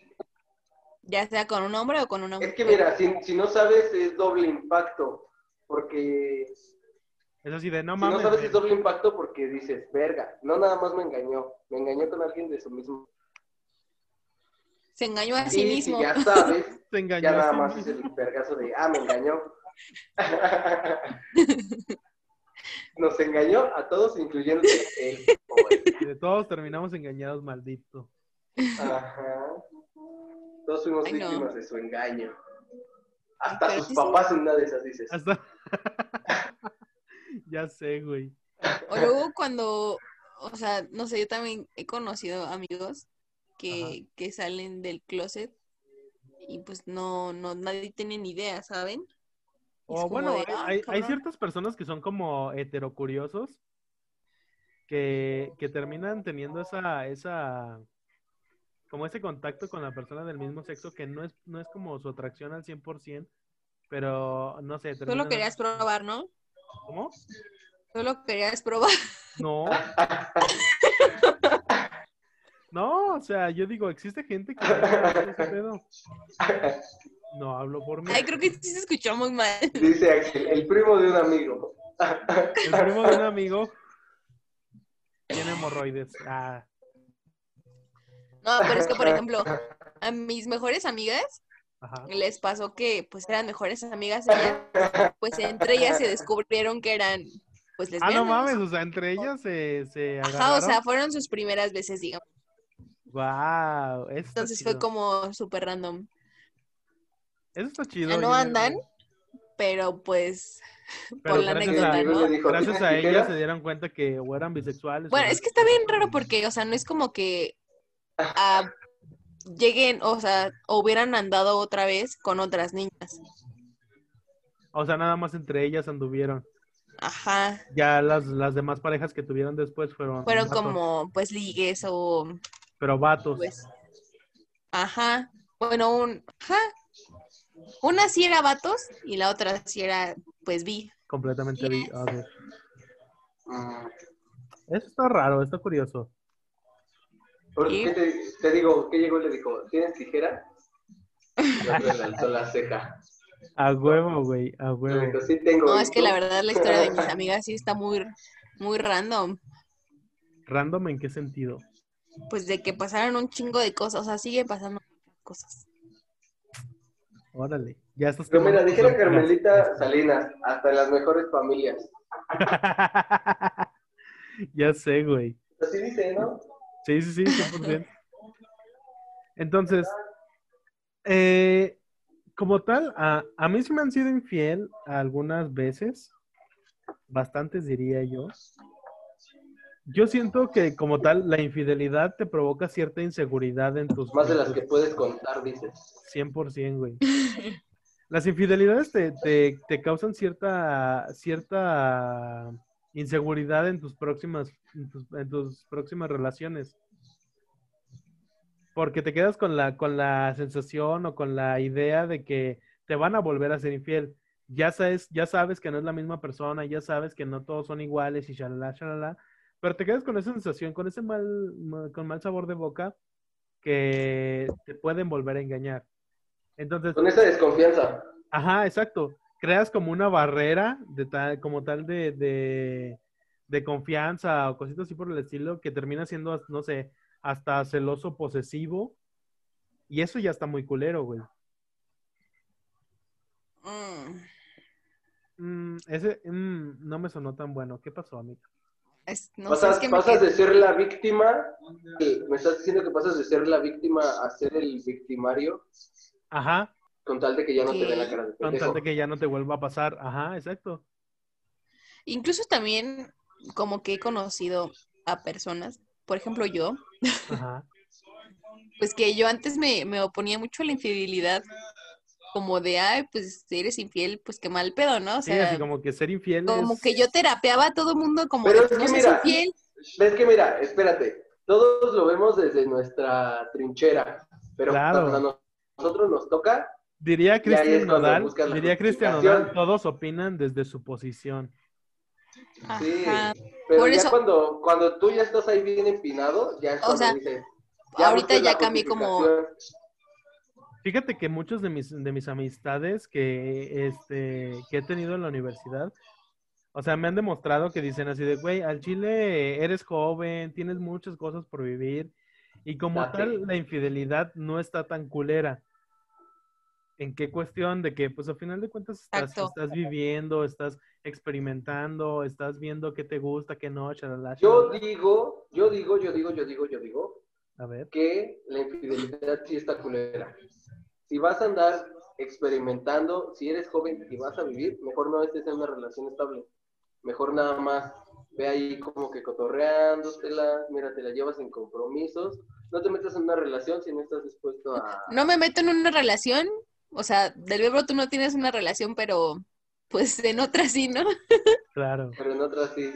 S2: Ya sea con un hombre o con una
S3: Es
S2: mujer.
S3: que mira, si, si no sabes es doble impacto. Porque
S1: Es así de no
S3: si
S1: mames.
S3: no sabes es
S1: güey.
S3: doble impacto porque dices, verga, no nada más me engañó, me engañó con alguien de su mismo.
S2: Se engañó a
S3: Y
S2: Ah, sí
S3: si
S2: mismo.
S3: ya sabes,
S1: Te engañó
S3: ya
S1: a
S3: nada
S1: sí
S3: más es
S1: mismo.
S3: el vergazo de, ah, me engañó. Nos engañó a todos, incluyendo a él. o él.
S1: Y de todos terminamos engañados, maldito.
S3: Ajá. Todos fuimos
S2: Ay, no.
S3: víctimas de su engaño. Hasta
S2: Pero sí
S3: sus
S2: se-
S3: papás en una de esas dices.
S1: Hasta Ya sé, güey.
S2: O luego cuando, o sea, no sé, yo también he conocido amigos que, que salen del closet y pues no, no, nadie tiene ni idea, ¿saben? Y es
S1: O
S2: como
S1: Oh, bueno,
S2: de,
S1: hay-
S2: "Ah,
S1: hay, hay
S2: cabrón".
S1: ciertas personas que son como heterocuriosos que, que terminan teniendo esa, esa, como ese contacto con la persona del mismo sexo que no es, no es como su atracción al 100%, pero no sé.
S2: Tú
S1: terminan-
S2: lo querías probar, ¿no?
S1: ¿Cómo?
S2: Tú lo querías probar.
S1: No. No, o sea, yo digo, existe gente que... ese pedo. No hablo por mí.
S2: Ay, creo que sí se escuchó muy mal.
S3: Dice Axel, el primo de un amigo.
S1: El primo de un amigo tiene hemorroides. Ah,
S2: No, pero es que, por ejemplo, a mis mejores amigas
S1: ajá.
S2: les pasó que pues eran mejores amigas ellas, pues entre ellas se descubrieron que eran pues
S1: Ah,
S2: lesbianas.
S1: no mames, o sea, entre ellas se, se
S2: Ajá, o sea,
S1: agarraron.
S2: fueron sus primeras veces, digamos.
S1: Wow, eso está
S2: Entonces fue
S1: chido.
S2: como súper random.
S1: Eso está chido.
S2: Ya no
S1: oye,
S2: andan, pero pues
S1: pero
S2: por la
S1: gracias
S2: anécdota,
S1: a-
S2: ¿no?
S3: Le dijo,
S1: Gracias a eh.
S3: "Dijera".
S1: ellas se dieron cuenta que o eran bisexuales. o
S2: Bueno,
S1: no.
S2: es que está bien raro porque, o sea, no es como que ah, lleguen, o sea, o hubieran andado otra vez con otras niñas.
S1: O sea, nada más entre ellas anduvieron.
S2: Ajá.
S1: Ya las, las demás parejas que tuvieron después fueron.
S2: Fueron
S1: vatos,
S2: como, pues, ligues o,
S1: Pero vatos.
S2: pues, ajá. Bueno, un, ajá. Una sí era vatos y la otra sí era, pues, vi.
S1: Completamente. bi- a ver.
S3: Mm,
S1: Eso está raro, está curioso.
S3: ¿por
S2: ¿Sí?
S3: qué te, te digo, ¿qué llegó y le dijo? ¿Tienes tijera? Y el otro le alzó la ceja.
S1: A huevo, güey, a
S3: Le
S1: huevo.
S3: dijo, sí tengo.
S2: No,
S3: ¿y
S2: es que
S3: tú?".
S2: la verdad la historia de mis amigas sí está muy, muy random.
S1: Random en qué sentido.
S2: Pues de que pasaron un chingo de cosas, o sea, sigue pasando cosas.
S1: Órale. Ya estás
S3: Pero mira,
S1: quemando tus
S3: dijera
S1: amigas.
S3: Carmelita Salinas, hasta en las mejores familias.
S1: ya sé, güey.
S3: Así dice, ¿no?
S1: Sí, sí, sí, 100%. Entonces, eh, como tal, a, a mí sí me han sido infiel algunas veces, bastantes diría yo. Yo siento que como tal, la infidelidad te provoca cierta inseguridad en tus...
S3: Más de las que puedes contar, dices.
S1: 100%, güey. Las infidelidades te, te- te causan cierta, cierta inseguridad en tus próximas, en tus, en tus próximas relaciones. Porque te quedas con la, con la sensación o con la idea de que te van a volver a ser infiel. Ya sabes, ya sabes que no es la misma persona, ya sabes que no todos son iguales y shalala, shalala. Pero te quedas con esa sensación, con ese mal, ma- con mal sabor de boca que te pueden volver a engañar. Entonces,
S3: Con esa desconfianza.
S1: Ajá, exacto. Creas como una barrera de tal, como tal de, de, de confianza o cositas así por el estilo que termina siendo, no sé, hasta celoso posesivo. Y eso ya está muy culero, güey.
S2: Mm,
S1: Mm, ese mm, no me sonó tan bueno. ¿Qué pasó, amiga?
S2: es- no sé,
S3: pasas
S2: es que me
S3: pasas
S2: quedé-
S3: de ser la víctima, eh, me estás diciendo que pasas de ser la víctima a ser el victimario,
S1: Ajá,
S3: con tal de que ya no te
S2: ¿Qué?
S3: ve la cara de
S1: con
S3: pendejo.
S1: tal de que ya no te vuelva a pasar. Ajá, exacto.
S2: Incluso también como que he conocido a personas, por ejemplo yo,
S1: Ajá.
S2: pues que yo antes me, me oponía mucho a la infidelidad, como de, ay, pues si eres infiel, pues qué mal pedo, ¿no? O
S1: Sí, así
S2: sea,
S1: como que ser infiel
S2: como
S1: es-
S2: que yo terapeaba a todo el mundo como
S3: Pero
S2: de,
S3: es que
S2: no seas
S3: mira,
S2: infiel.
S3: Ves que mira, espérate, todos lo vemos desde nuestra trinchera, pero
S1: Claro.
S3: cuando a nosotros nos toca,
S1: Diría
S3: Y ahí es
S1: Cristian
S3: cuando
S1: Nodal,
S3: buscas la
S1: diría Cristian
S3: justificación.
S1: Nodal, todos opinan desde su posición.
S3: sí.
S2: Ajá.
S3: Pero
S2: Por
S3: ya
S2: eso-
S3: cuando, cuando tú ya estás ahí bien empinado, ya es
S2: O
S3: cuando
S2: sea,
S3: dices,
S2: Ahorita
S3: buscas la
S2: ya cambié como,
S3: justificación.
S1: Fíjate que muchos de mis, de mis amistades que, este, que he tenido en la universidad, o sea, me han demostrado que dicen así de, güey, al Chile eres joven, tienes muchas cosas por vivir, y como
S3: Date.
S1: tal, la infidelidad no está tan culera. ¿En qué cuestión? De que, pues, a final de cuentas estás,
S2: Exacto.
S1: estás viviendo, estás experimentando, estás viendo qué te gusta, qué no, chalala,
S3: Yo
S1: chalala.
S3: digo, yo digo, yo digo, yo digo, yo digo,
S1: A ver.
S3: que la infidelidad sí está culera. Si vas a andar experimentando, si eres joven y vas a vivir, mejor no estés en una relación estable. Mejor nada más ve ahí como que cotorreándotela, mira, te la llevas sin compromisos, no te metas en una relación si no estás dispuesto a...
S2: No me meto en una relación, o sea, del verbo tú no tienes una relación, pero pues en otra sí, ¿no?
S1: Claro.
S3: Pero en otras sí,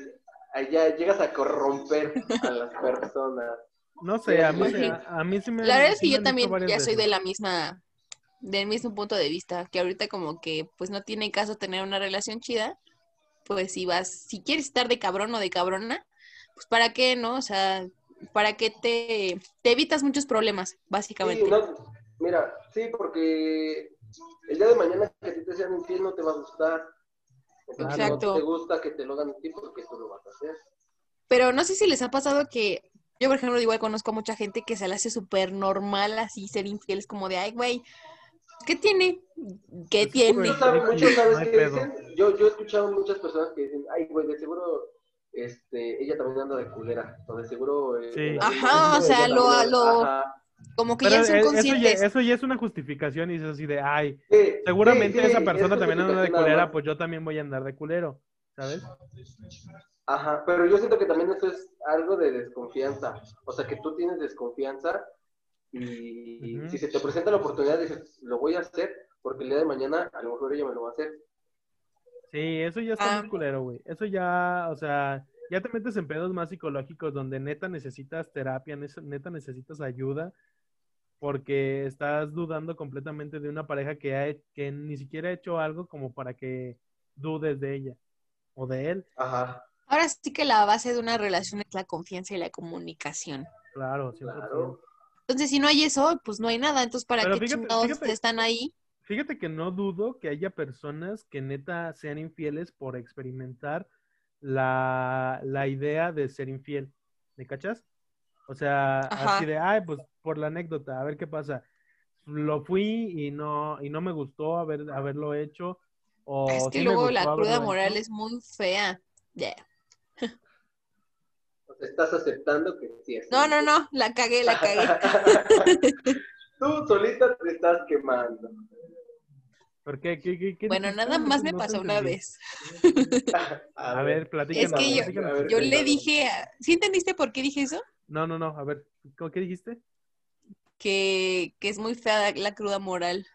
S3: allá llegas a corromper a las personas.
S1: No sé, a mí, se- a, a mí sí me.
S2: La verdad es
S1: sí
S2: que
S1: me
S2: yo
S1: han
S2: también
S1: dicho varias
S2: ya soy
S1: veces.
S2: de la misma, del mismo punto de vista, que ahorita como que pues no tiene caso tener una relación chida, pues si vas, si quieres estar de cabrón o de cabrona, pues para qué, ¿no? O sea, para qué te, te evitas muchos problemas, básicamente.
S3: Sí, no, mira, sí, porque el día de mañana que a ti te sean infiel no te va a gustar. Entonces,
S2: Exacto.
S3: no te gusta que te lo hagan a ti porque tú lo vas a hacer.
S2: Pero no sé si les ha pasado que yo, por ejemplo, igual conozco a mucha gente que se le hace súper normal así ser infieles, como de, ay, güey, ¿qué tiene? ¿Qué
S1: Pues,
S2: tiene?
S1: güey.
S3: Muchos saben- muchos
S1: No hay
S3: sabes qué
S1: pedo.
S3: dicen. Yo, yo he escuchado muchas personas que dicen, ay, güey, de seguro este, ella también anda de culera. O de seguro... eh,
S1: Sí.
S3: en algún
S2: Ajá,
S3: momento
S2: o sea,
S3: ella
S2: lo-
S3: también-
S2: lo-
S3: Ajá.
S2: Como que
S1: Pero
S2: ya son
S1: e- eso ya,
S2: conscientes.
S1: eso ya es una justificación y es así de, ay,
S3: Sí,
S1: seguramente
S3: sí, sí,
S1: esa persona
S3: es
S1: también anda de
S3: justificación nada
S1: culera,
S3: más.
S1: pues yo también voy a andar de culero, ¿sabes?
S3: Ajá, pero yo siento que también eso es algo de desconfianza. O sea, que tú tienes desconfianza y
S1: Ujú.
S3: si se te presenta la oportunidad, dices, lo voy a hacer porque el día de mañana a lo mejor ella me lo va a hacer.
S1: Sí, eso ya está
S2: Ah.
S1: muy culero, güey. Eso ya, o sea, ya te metes en pedos más psicológicos donde neta necesitas terapia, nes- neta necesitas ayuda, porque estás dudando completamente de una pareja que, ha, he- que ni siquiera ha hecho algo como para que dudes de ella o de él,
S3: Ajá.
S2: Ahora sí que la base de una relación es la confianza y la comunicación.
S1: claro, 100%.
S3: Claro.
S2: Entonces, si no hay eso, pues no hay nada. Entonces, ¿para
S1: Pero
S2: qué
S1: fíjate-
S2: chingados
S1: fíjate-
S2: están ahí?
S1: Fíjate que no dudo que haya personas que neta sean infieles por experimentar la, la idea de ser infiel. ¿Me cachas? O sea,
S2: Ajá.
S1: así de, ay, pues por la anécdota, a ver qué pasa. Lo fui y no, y no me gustó haber, haberlo hecho. O
S2: es que
S1: Oh, sí me
S2: luego
S1: gustó
S2: la
S1: haberlo
S2: cruda
S1: hecho.
S2: moral es muy fea. Ya.
S3: O sea, estás aceptando que sí es.
S2: No, no, no, la cagué, la cagué.
S3: Tú solita te estás quemando.
S1: ¿Por qué? ¿Qué- qué- qué
S2: Bueno,
S1: dijiste?
S2: nada
S1: No
S2: más
S1: te-
S2: me
S1: no te
S2: pasó una
S1: entendí.
S2: vez.
S1: A ver, platícanos.
S2: Es que yo-
S1: platícanos.
S3: a ver,
S2: Yo le
S3: cuéntame.
S2: dije, a- ¿sí entendiste por qué dije eso?
S1: No, no, no, a ver, ¿cómo- ¿qué dijiste?
S2: Que, que es muy fea la cruda moral.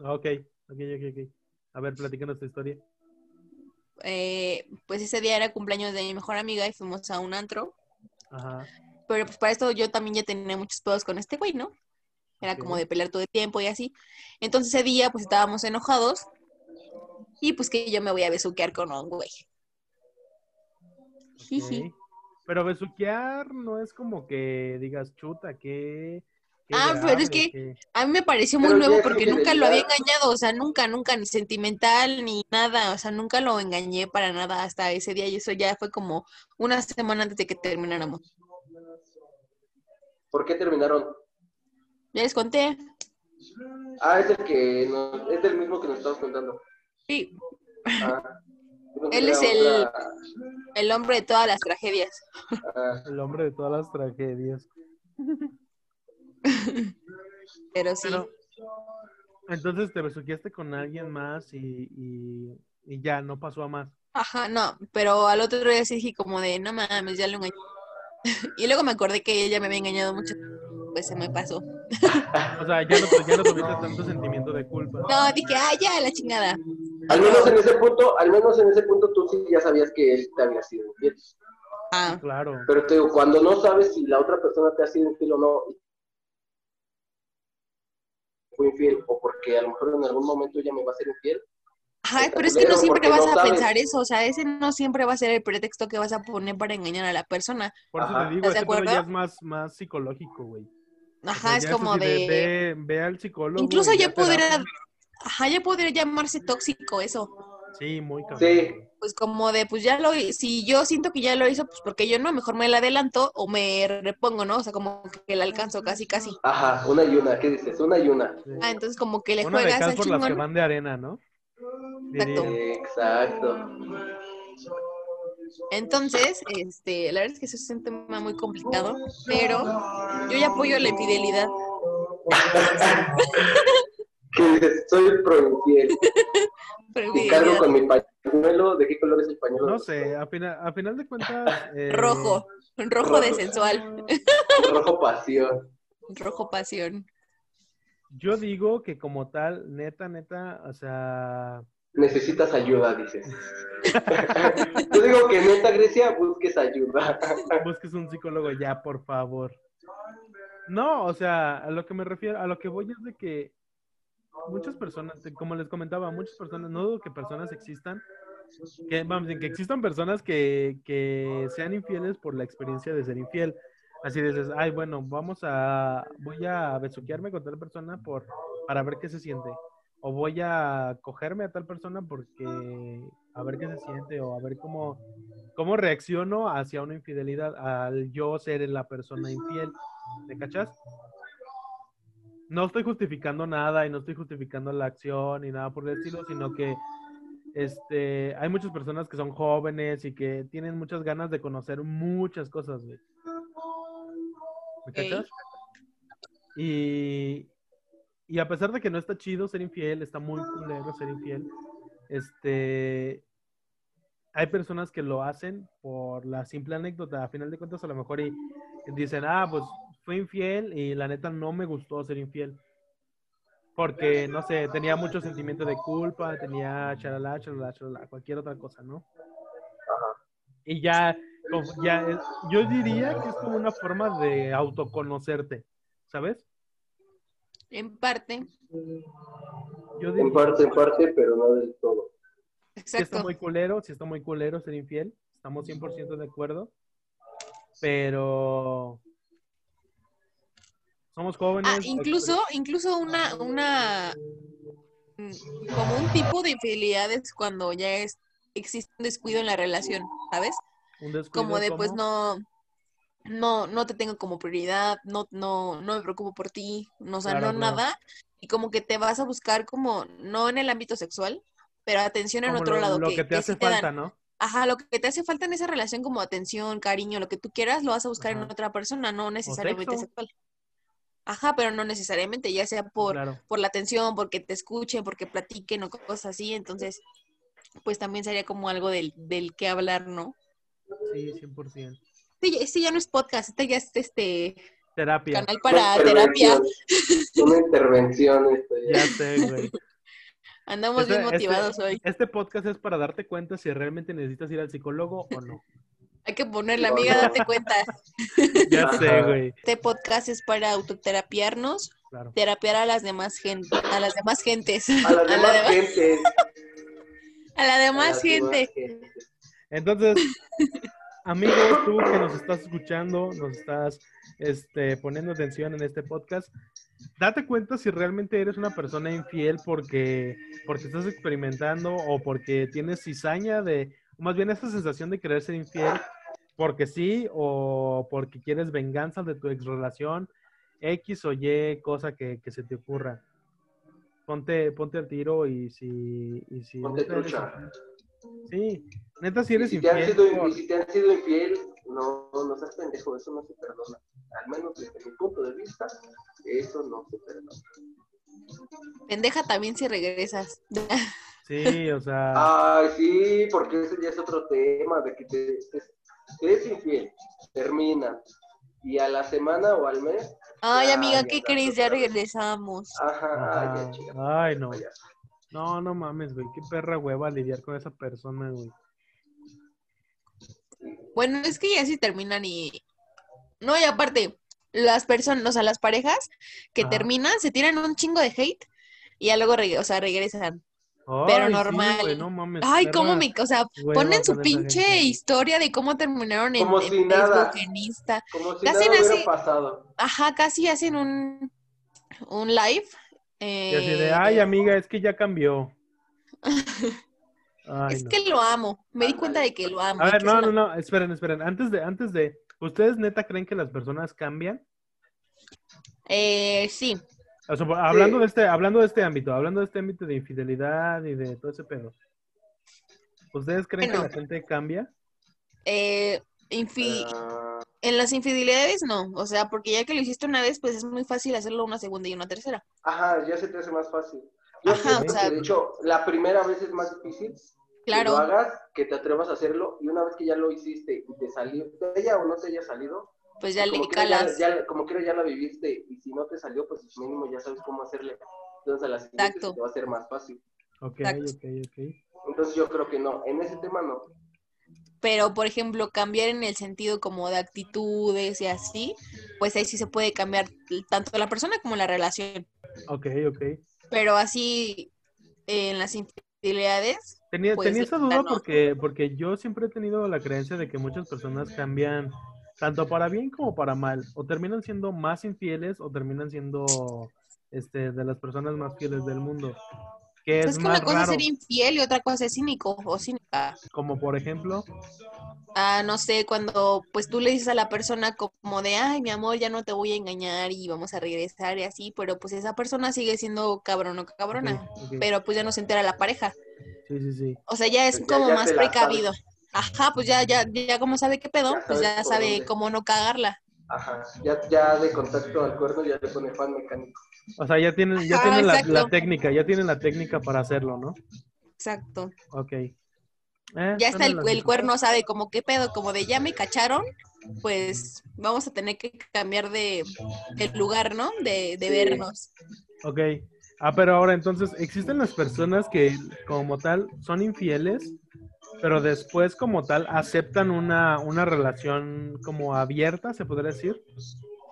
S1: Ok, ok, ok, ok. A ver, platícanos tu historia.
S2: Eh, pues ese día era cumpleaños de mi mejor amiga y fuimos a un antro.
S1: Ajá.
S2: Pero pues para esto yo también ya tenía muchos pedos con este güey, ¿no? Era como
S1: Ok.
S2: de pelear todo el tiempo y así. Entonces ese día pues estábamos enojados y pues que yo me voy a besuquear con un güey. Jiji.
S1: Ok. Pero besuquear no es como que digas chuta, que.
S2: Ah, pero es que- A mí me pareció muy
S3: Pero ya
S2: nuevo
S3: es
S2: porque nunca lo había
S3: infidelidad.
S2: engañado, o sea, nunca, nunca, ni sentimental, ni nada, o sea, nunca lo engañé para nada hasta ese día y eso ya fue como una semana antes de que termináramos.
S3: ¿Por qué terminaron?
S2: Ya les conté,
S3: Ah, es el que nos- es el mismo que nos estabas contando.
S2: sí,
S3: Ah.
S2: Él es el- el hombre de todas las tragedias.
S3: Ah,
S1: El hombre de todas las tragedias.
S2: Pero sí,
S1: Pero, entonces te besuqueaste con alguien más y, y- y ya, no pasó a más.
S2: ajá, no, pero al otro día sí dije como de, no mames, ya lo engañé. Y luego me acordé que ella me había engañado mucho, pues se me pasó.
S1: O sea, ya no, pues, ya no tuviste tanto sentimiento de culpa.
S2: No, dije, ah, ya, la chingada.
S3: al menos en ese punto, al menos en ese punto tú sí ya sabías que él te había sido infiel.
S2: Ah,
S1: Claro.
S3: Pero te digo, cuando no sabes si la otra persona te ha sido infiel o no, fue infiel, o porque a lo mejor en algún momento ella me va a ser infiel,
S2: Ajá,
S3: Está
S2: pero es que no
S3: culero,
S2: siempre
S3: porque
S2: vas
S3: no
S2: a
S3: sabes.
S2: pensar eso, o sea, ese no siempre va a ser el pretexto que vas a poner para engañar a la persona.
S1: Por eso
S3: Ajá.
S1: te digo,
S2: ¿Estás de
S1: este pedo ya
S2: acuerdo?
S1: es más, más psicológico, güey. O sea,
S2: Ajá, es
S1: ya
S2: como
S1: así
S2: de...
S1: Ve, ve al psicólogo.
S2: Incluso
S1: y
S2: ya podría...
S1: terapia.
S2: Ajá, ya podría llamarse tóxico eso.
S1: Sí, muy cabrón.
S3: Sí.
S2: Pues como de, pues ya lo... Si yo siento que ya lo hizo, pues porque yo no, mejor me la adelanto o me repongo, ¿no? O sea, como que la alcanzo casi, casi.
S3: ajá, una y una, ¿qué dices? Una y una.
S1: Sí.
S2: Ah, entonces como que le
S1: Una de
S2: juegas
S1: cal
S2: al
S1: por las que
S2: chingón.
S1: van de arena, ¿no?
S2: Exacto.
S1: Diría.
S3: Exacto.
S2: Entonces, este, la verdad es que eso es un tema muy complicado, pero yo ya apoyo la infidelidad.
S3: que dices, soy proinfiel.
S2: Pero
S3: Y
S2: bien,
S3: cargo
S2: ya.
S3: con mi pañuelo. ¿De qué color es el pañuelo?
S1: No sé, a final, a final de cuentas... eh,
S2: Rojo, rojo de sensual,
S3: Rojo pasión.
S2: rojo pasión.
S1: Yo digo que como tal, neta, neta, o sea...
S3: Necesitas ayuda, dices. Yo digo que neta, Grecia, busques ayuda.
S1: busques un psicólogo ya, por favor. No, o sea, a lo que me refiero, a lo que voy es de que muchas personas, como les comentaba, muchas personas, no dudo que personas existan, que, vamos, que existan personas que, que sean infieles por la experiencia de ser infiel. Así dices, ay, bueno, vamos a, voy a besuquearme con tal persona por, para ver qué se siente. O voy a cogerme a tal persona porque, a ver qué se siente, o a ver cómo, cómo reacciono hacia una infidelidad al yo ser la persona infiel. ¿Me cachas? No estoy justificando nada y no estoy justificando la acción ni nada por el estilo, sino que este, hay muchas personas que son jóvenes y que tienen muchas ganas de conocer muchas cosas, güey. ¿Me
S2: Ey.
S1: cachas? Y, y a pesar de que no está chido ser infiel, está muy culero ser infiel, este, hay personas que lo hacen por la simple anécdota. A final de cuentas, a lo mejor y dicen, ah, pues fui infiel y la neta no me gustó ser infiel. Porque, no sé, tenía mucho sentimiento de culpa, tenía charalá, charalá, charalá, cualquier otra cosa, ¿no? Y ya, como- ya es- yo diría que es como una forma de autoconocerte, ¿sabes?
S2: En parte,
S1: Yo
S3: En
S1: diría
S3: parte, en parte, pero no del todo.
S1: si está
S2: exacto.
S1: muy culero, si está muy culero ser infiel, estamos 100% de acuerdo, pero somos jóvenes.
S2: Ah, incluso, incluso una, una, mm, como un tipo de infidelidad es cuando ya es, existe un descuido en la relación, ¿sabes?
S1: un descuido,
S2: Como de, pues
S1: ¿cómo?
S2: no, no, no te tengo como prioridad, no, no, no me preocupo por ti, no, o sea,
S1: Claro,
S2: no
S1: claro.
S2: nada. Y como que te vas a buscar como, no en el ámbito sexual, pero atención en
S1: Como
S2: otro
S1: lo,
S2: lado.
S1: lo que, te
S2: sí
S1: hace
S2: te dan.
S1: falta, ¿no?
S2: Ajá, lo que te hace falta en esa relación como atención, cariño, lo que tú quieras, lo vas a buscar en
S1: Ajá.
S2: otra persona, no necesariamente
S1: sexo.
S2: sexual. Ajá, pero no necesariamente, ya sea por,
S1: Claro.
S2: por la atención, porque te escuchen, porque platiquen o cosas así, entonces, pues también sería como algo del, del que hablar, ¿no?
S1: Sí, 100%.
S2: Sí, este ya no es podcast, este ya es este
S1: Terapia.
S2: canal para
S3: Una
S2: terapia.
S3: intervención. Una intervención, este,
S1: Ya
S3: esto ya.
S1: sé, güey.
S2: Andamos
S1: Este-
S2: bien
S1: este-
S2: motivados hoy.
S1: Este podcast es para darte cuenta si realmente necesitas ir al psicólogo o no.
S2: Hay que ponerle, amiga, date cuenta.
S1: Ya
S3: Ajá.
S1: sé, güey.
S2: Este podcast es para autoterapiarnos,
S1: Claro.
S2: terapiar a las demás gente, a las demás gentes.
S3: A la
S2: A la
S3: demás
S2: demás-
S3: gente.
S2: A la
S3: a la
S2: demás
S3: demás
S2: gente.
S3: gente.
S1: Entonces, amigos, tú que nos estás escuchando, nos estás este, poniendo atención en este podcast, date cuenta si realmente eres una persona infiel porque, porque estás experimentando o porque tienes cizaña de, o más bien esa sensación de querer ser infiel porque sí o porque quieres venganza de tu ex relación, X o Y, cosa que, que se te ocurra. Ponte, ponte al tiro y si... Y si
S3: Ponte
S1: neta eres
S3: trucha.
S1: infiel- Sí, neta, si
S3: Y
S1: eres
S3: si, te han
S1: infiel...
S3: sido, y
S1: por-
S3: si te han sido infiel, no, no seas pendejo, eso no se perdona. Al menos desde mi punto de vista, eso no se perdona.
S2: Pendeja también si regresas.
S1: Sí, o sea,
S3: Ay, sí, porque ese ya es otro tema, de que te, te- te es infiel, termina, y a la semana o al mes,
S2: Ay,
S3: Ya,
S2: amiga,
S3: ya
S2: ¿qué
S3: está,
S2: crees? Ya
S3: otra vez.
S2: regresamos.
S3: ajá, ay,
S1: ajá.
S3: ya chinga,
S1: ay, no.
S3: vaya.
S1: No, no mames, güey. Qué perra hueva lidiar con esa persona, güey.
S2: Bueno, es que ya si terminan y... No, y aparte, las personas, o sea, las parejas que
S1: Ajá.
S2: terminan se tiran un chingo de hate y ya luego, reg- o sea, regresan. Pero
S1: Ay, sí,
S2: normal.
S1: güey, no mames.
S2: Ay,
S1: perra
S2: cómo me... O sea,
S1: hueva
S2: ponen su
S1: con esa
S2: pinche
S1: gente.
S2: historia de cómo terminaron en,
S3: Como
S2: en
S3: si nada.
S2: Facebook, en Insta.
S3: Como si
S2: Casi
S3: nada hubiera
S2: nací-
S3: pasado.
S2: Ajá, casi hacen un, un live.
S1: Y así
S2: eh,
S1: de, ay, amiga, es que ya cambió. Ay,
S2: es
S1: no.
S2: que lo amo. Me di cuenta de que lo amo.
S1: A
S2: y
S1: ver,
S2: que
S1: no,
S2: es
S1: no,
S2: una-
S1: no. Esperen, esperen. Antes de, antes de. ¿Ustedes neta creen que las personas cambian?
S2: Eh, sí.
S1: O sea, hablando de este, hablando de este ámbito, hablando de este ámbito de infidelidad y de todo ese pedo. ¿Ustedes creen que
S2: Bueno.
S1: la gente cambia?
S2: Eh, infi-
S3: Ah,
S2: En las infidelidades no, o sea, porque ya que lo hiciste una vez, pues es muy fácil hacerlo una segunda y una tercera.
S3: Ajá, ya se te hace más fácil. Yo
S2: Ajá,
S3: siento
S2: o sea-
S3: que, de hecho, la primera vez es más difícil que lo
S2: Claro,
S3: hagas, que te atrevas a hacerlo, y una vez que ya lo hiciste y te salió de ella o no te haya salido,
S2: pues ya
S3: como
S2: le
S3: quiera ya,
S2: calas.
S3: ya- como quiera ya la viviste, y si no te salió, pues mínimo ya sabes cómo hacerle. Entonces a la siguiente
S2: Exacto.
S3: se te va a hacer más fácil.
S1: Ok,
S2: Exacto.
S1: ok, ok.
S3: Entonces yo creo que no, en ese tema no.
S2: Pero, por ejemplo, cambiar en el sentido como de actitudes y así, pues ahí sí se puede cambiar tanto la persona como la relación.
S1: Ok, ok.
S2: Pero así, eh, en las infidelidades,
S1: Tenía,
S2: Pues,
S1: tenía esa
S2: la
S1: duda
S2: no.
S1: porque, porque yo siempre he tenido la creencia de que muchas personas cambian tanto para bien como para mal. O terminan siendo más infieles o terminan siendo este, de las personas más fieles del mundo. Que es,
S2: pues es que
S1: más
S2: una cosa
S1: raro.
S2: es ser infiel y otra cosa es cínico o cínica.
S1: Como por ejemplo,
S2: Ah, no sé, cuando pues tú le dices a la persona como de, ay, mi amor, ya no te voy a engañar y vamos a regresar y así, pero pues esa persona sigue siendo cabrón o cabrona,
S1: Ok, ok.
S2: pero pues ya no se entera la pareja.
S1: Sí, sí, sí.
S2: O sea, ya es
S3: Pues, Ya-
S2: como
S3: ya
S2: más
S3: te la
S2: precavido. Ajá, pues ya, ya, ya como sabe qué pedo,
S3: Ya
S2: pues
S3: sabes
S2: ya
S3: por
S2: sabe
S3: dónde.
S2: cómo no cagarla.
S3: Ajá, ya, ya de contacto al cuerno ya le pone fan mecánico.
S1: O sea, ya tienen, ya
S2: Ajá,
S1: tienen la,
S2: exacto.
S1: la técnica, ya tienen la técnica para hacerlo, ¿no?
S2: Exacto.
S1: Ok. Eh,
S2: Ya
S1: suena
S2: está el, el
S1: lógico.
S2: cuerno sabe como qué pedo, como de ya me cacharon, pues vamos a tener que cambiar de, de lugar, ¿no? De, de
S3: Sí.
S2: vernos.
S1: Ok. Ah, pero ahora entonces, ¿existen las personas que como tal son infieles, pero después como tal aceptan una, una relación como abierta, se podría decir?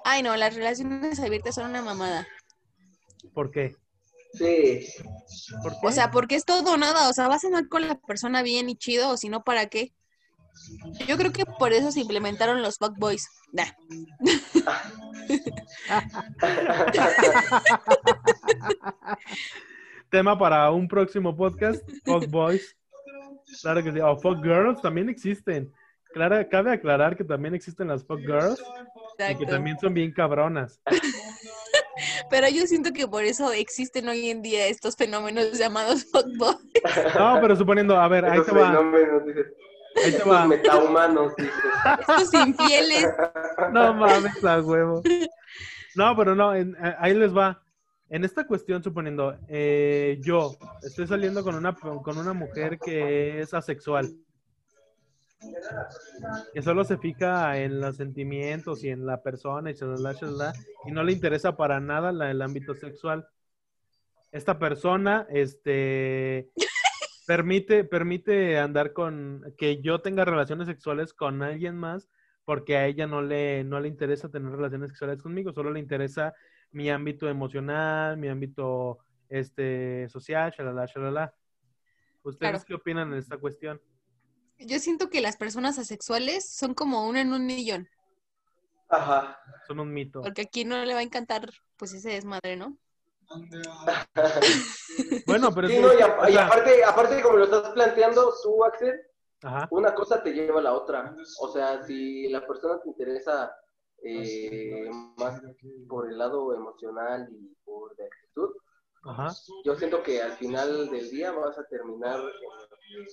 S2: Ay, no, las relaciones abiertas son una mamada.
S1: ¿Por qué?
S3: Sí,
S1: ¿Por qué?
S2: O sea, porque es todo o nada. O sea, vas a andar con la persona bien y chido, o si no, ¿para qué? Yo creo que por eso se implementaron los fuckboys. Nah.
S1: Tema para un próximo podcast, Fuck Boys. Claro que sí. O Fuck Girls también existen. Clara, cabe aclarar que también existen las Fuck Girls y que
S2: Exacto.
S1: también son bien cabronas.
S2: Pero yo siento que por eso existen hoy en día estos fenómenos llamados fuckboys.
S1: No, pero suponiendo, a ver, ahí
S3: esos
S1: te va.
S3: fenómenos, dices.
S1: Ahí te
S3: Estos
S1: va.
S3: metahumanos, dices.
S2: Estos infieles.
S1: No mames, a huevo. No, pero no, en- a- ahí les va. En esta cuestión, suponiendo, eh, yo estoy saliendo con una, con una mujer que es asexual. Que solo se fija en los sentimientos y en la persona y shalala, shalala, y no le interesa para nada la- el ámbito sexual. Esta persona, este, permite, permite andar con, que yo tenga relaciones sexuales con alguien más porque a ella no le, no le interesa tener relaciones sexuales conmigo, solo le interesa mi ámbito emocional, mi ámbito este, social, shalala, shalala. ¿Ustedes
S2: Claro.
S1: qué opinan en esta cuestión?
S2: Yo siento que las personas asexuales son como una en un millón,
S3: Ajá.
S1: Son un mito.
S2: porque aquí no le va a encantar, pues ese desmadre, ¿no?
S1: Bueno, pero es
S3: Sí,
S1: que-
S3: no, y, a-
S1: o
S3: y
S1: sea,
S3: aparte, aparte como lo estás planteando tú, Axel,
S1: ajá,
S3: una cosa te lleva a la otra. O sea, si la persona te interesa eh, más por el lado emocional y por la actitud,
S1: ajá.
S3: yo siento que al final del día vas a terminar en-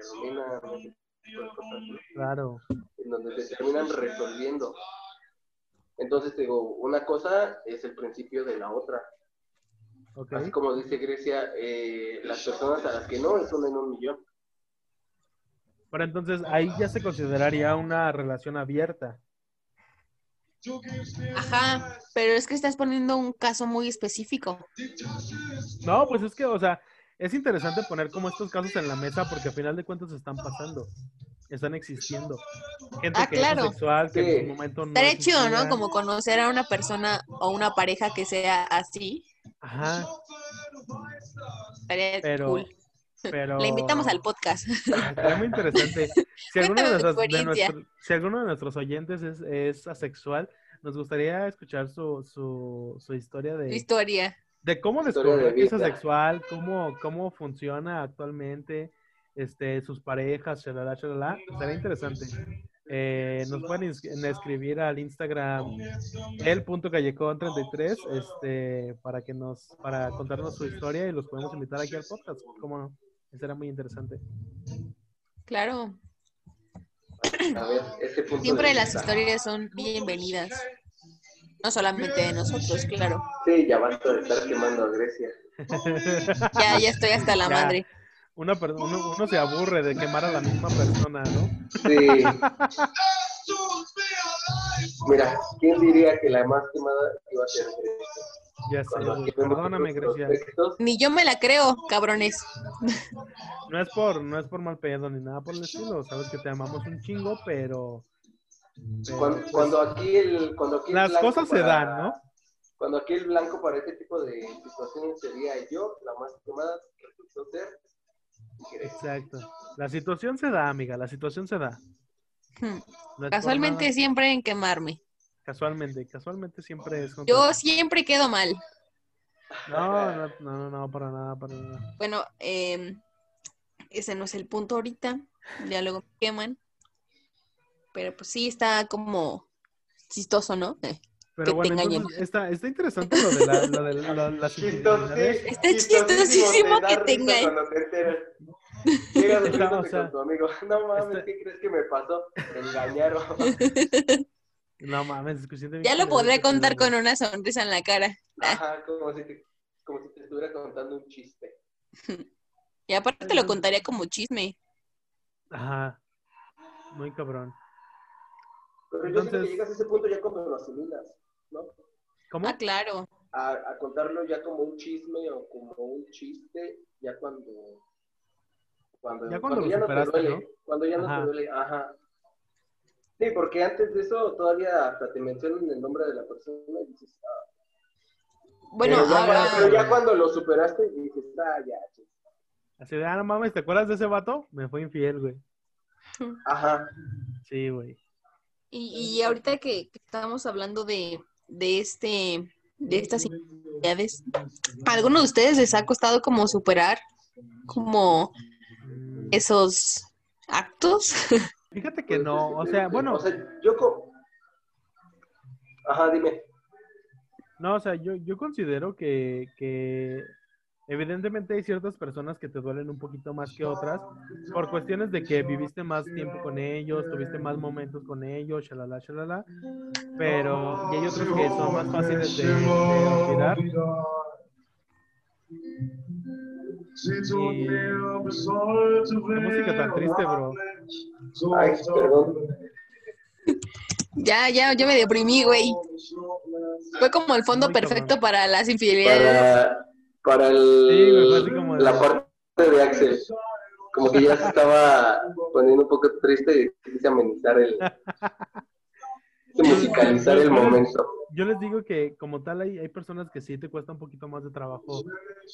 S3: termina-
S1: Claro.
S3: en donde se terminan resolviendo. Entonces te digo, una cosa es el principio de la otra.
S1: Ok.
S3: Así como dice Grecia, eh, las personas a las que no es una en un millón.
S1: Pero entonces ahí ya se consideraría una relación abierta.
S2: Ajá, pero es que estás poniendo un caso muy específico.
S1: No, pues es que, o sea, es interesante poner como estos casos en la mesa porque al final de cuentas están pasando, están existiendo. Gente
S2: Ah,
S1: que
S2: claro.
S1: es sexual, que
S3: Sí.
S1: en su momento no.
S2: Estaría chido, ¿no?
S1: existía.
S2: Como conocer a una persona o una pareja que sea así.
S1: Ajá,
S2: Estaría
S1: pero.
S2: cool.
S1: pero...
S2: La invitamos al podcast.
S1: Sería muy interesante. Si alguno de,
S2: Cuéntame tu
S1: nuestros- de
S2: experiencia.
S1: nuestro- si alguno de nuestros oyentes es, es asexual, nos gustaría escuchar su, su, su historia
S2: Tu
S1: de,
S2: historia.
S1: de cómo
S3: Historia de
S1: descubrió que es
S3: vida.
S1: asexual, cómo, cómo funciona actualmente, este, sus parejas, shalala, shalala. Estaría interesante. Eh, nos pueden ins- en- escribir al Instagram el.callejón33 este, para que nos, para contarnos su historia y los podemos invitar aquí al podcast. ¿Cómo no? Será muy interesante.
S2: Claro.
S3: A ver, este punto
S2: Siempre
S3: de
S2: las
S3: vista.
S2: historias son bienvenidas. No solamente de nosotros, claro.
S3: Sí, ya basta de estar quemando a Grecia.
S2: Ya, ya estoy hasta la
S1: Ya.
S2: madre.
S1: Una per- uno, uno se aburre de quemar a la misma persona, ¿no?
S3: Sí. Mira, ¿quién diría que la más quemada iba a ser Grecia?
S1: Ya sé,
S3: Cuando
S1: güey.
S3: quememos
S1: Perdóname,
S3: otros
S1: Grecia.
S3: prospectos,
S2: Ni yo me la creo, cabrones.
S1: No es por, no es por mal pedo ni nada por el estilo. Sabes que te amamos un chingo, pero. pero,
S3: Cuando,
S1: pues,
S3: cuando aquí el cuando aquí el
S1: las
S3: blanco
S1: cosas se
S3: para-
S1: dan, ¿no?
S3: Cuando aquí el blanco para este tipo de situaciones sería yo, la más quemada, resultó ser Grecia.
S1: Exacto. La situación se da, amiga, la situación se da.
S2: Hmm.
S1: No es por
S2: Casualmente
S1: nada.
S2: siempre en quemarme.
S1: Casualmente, casualmente siempre es. contra-
S2: Yo siempre quedo mal.
S1: No, no, no, no, no, para nada, para nada.
S2: Bueno, eh, ese no es el punto ahorita. Ya luego me queman. Pero pues sí, está como chistoso, ¿no? Eh,
S1: Pero bueno,
S2: tenga
S1: entonces, está, está interesante lo de, la, lo de la- la- las infidelidades.
S3: Chistosi-
S2: Está chistosísimo
S3: te da
S2: que
S3: risa
S2: tenga.
S3: cuando te enteras. Llegas
S1: Está,
S3: riéndote
S1: o sea, este
S3: con tu amigo. No mames,
S1: está-
S3: ¿qué crees que me pasó? Te engañaron.
S1: No mames, discusión de
S2: Ya lo podré
S1: infidelidades,
S2: contar
S1: pero-
S2: con una sonrisa en la cara.
S3: Ajá, como si, te, como si te estuviera contando un chiste.
S2: Y aparte lo contaría como chisme.
S1: Ajá. Muy cabrón.
S3: Pero yo siento
S1: Entonces-
S3: que llegas a ese punto ya cuando lo asimilas, ¿no?
S1: ¿Cómo?
S2: Ah, claro.
S3: A, a contarlo ya como un chisme o como un chiste, ya cuando... Cuando
S1: Ya cuando lo
S3: ya no te
S1: superaste,
S3: duele.
S1: ¿no?
S3: Cuando ya no
S1: Ajá.
S3: te duele, ajá. Sí, porque antes de eso todavía hasta te mencionan el nombre de la persona y dices, ah,
S2: Bueno,
S3: pero, ya
S2: ahora...
S3: cuando, pero ya cuando lo superaste dices, ah, ya, chis".
S1: Así de, ah, no mames, ¿te acuerdas de ese vato? Me fue infiel, güey.
S3: Ajá.
S1: Sí, güey.
S2: Y, y ahorita que, que estábamos hablando de, de este de estas infidelidades, ¿a ¿alguno de ustedes les ha costado como superar como
S1: Mm,
S2: esos actos?
S1: Fíjate que
S3: Pues,
S1: no,
S3: es
S1: o sea, bueno,
S3: O sea, yo co- Ajá, dime.
S1: no, o sea, yo, yo considero que, que evidentemente hay ciertas personas que te duelen un poquito más que otras por cuestiones de que viviste más tiempo con ellos, tuviste más momentos con ellos, shalala, shalala, pero y hay otros que son más fáciles de, de olvidar.
S4: Qué música tan triste, bro.
S3: Ay, perdón.
S2: ya, ya, yo me deprimí, güey. Fue como el fondo
S1: Muy
S2: perfecto
S1: cabrón.
S2: para las infidelidades.
S3: Para, para
S1: Sí, güey, fue
S3: el,
S1: así como de-
S3: la parte de Axel. Como que ya se estaba poniendo un poco triste y quise amenizar el. quise musicalizar el momento.
S1: Yo les digo que como tal hay, hay personas que sí te cuesta un poquito más de trabajo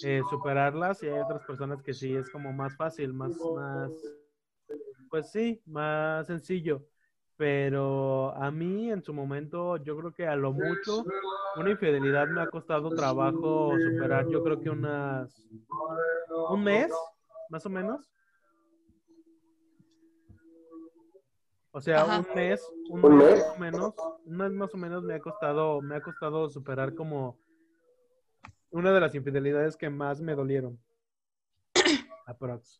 S1: eh, superarlas y hay otras personas que sí es como más fácil, más, más, pues sí, más sencillo. Pero a mí en su momento yo creo que a lo mucho una infidelidad me ha costado trabajo superar, yo creo que unas, un mes, más o menos. O sea,
S2: Ajá.
S1: un mes, un,
S3: ¿Un
S1: mes,
S3: mes?
S1: más o menos, un mes más o menos me ha costado, me ha costado superar como una de las infidelidades que más me dolieron. Aprox.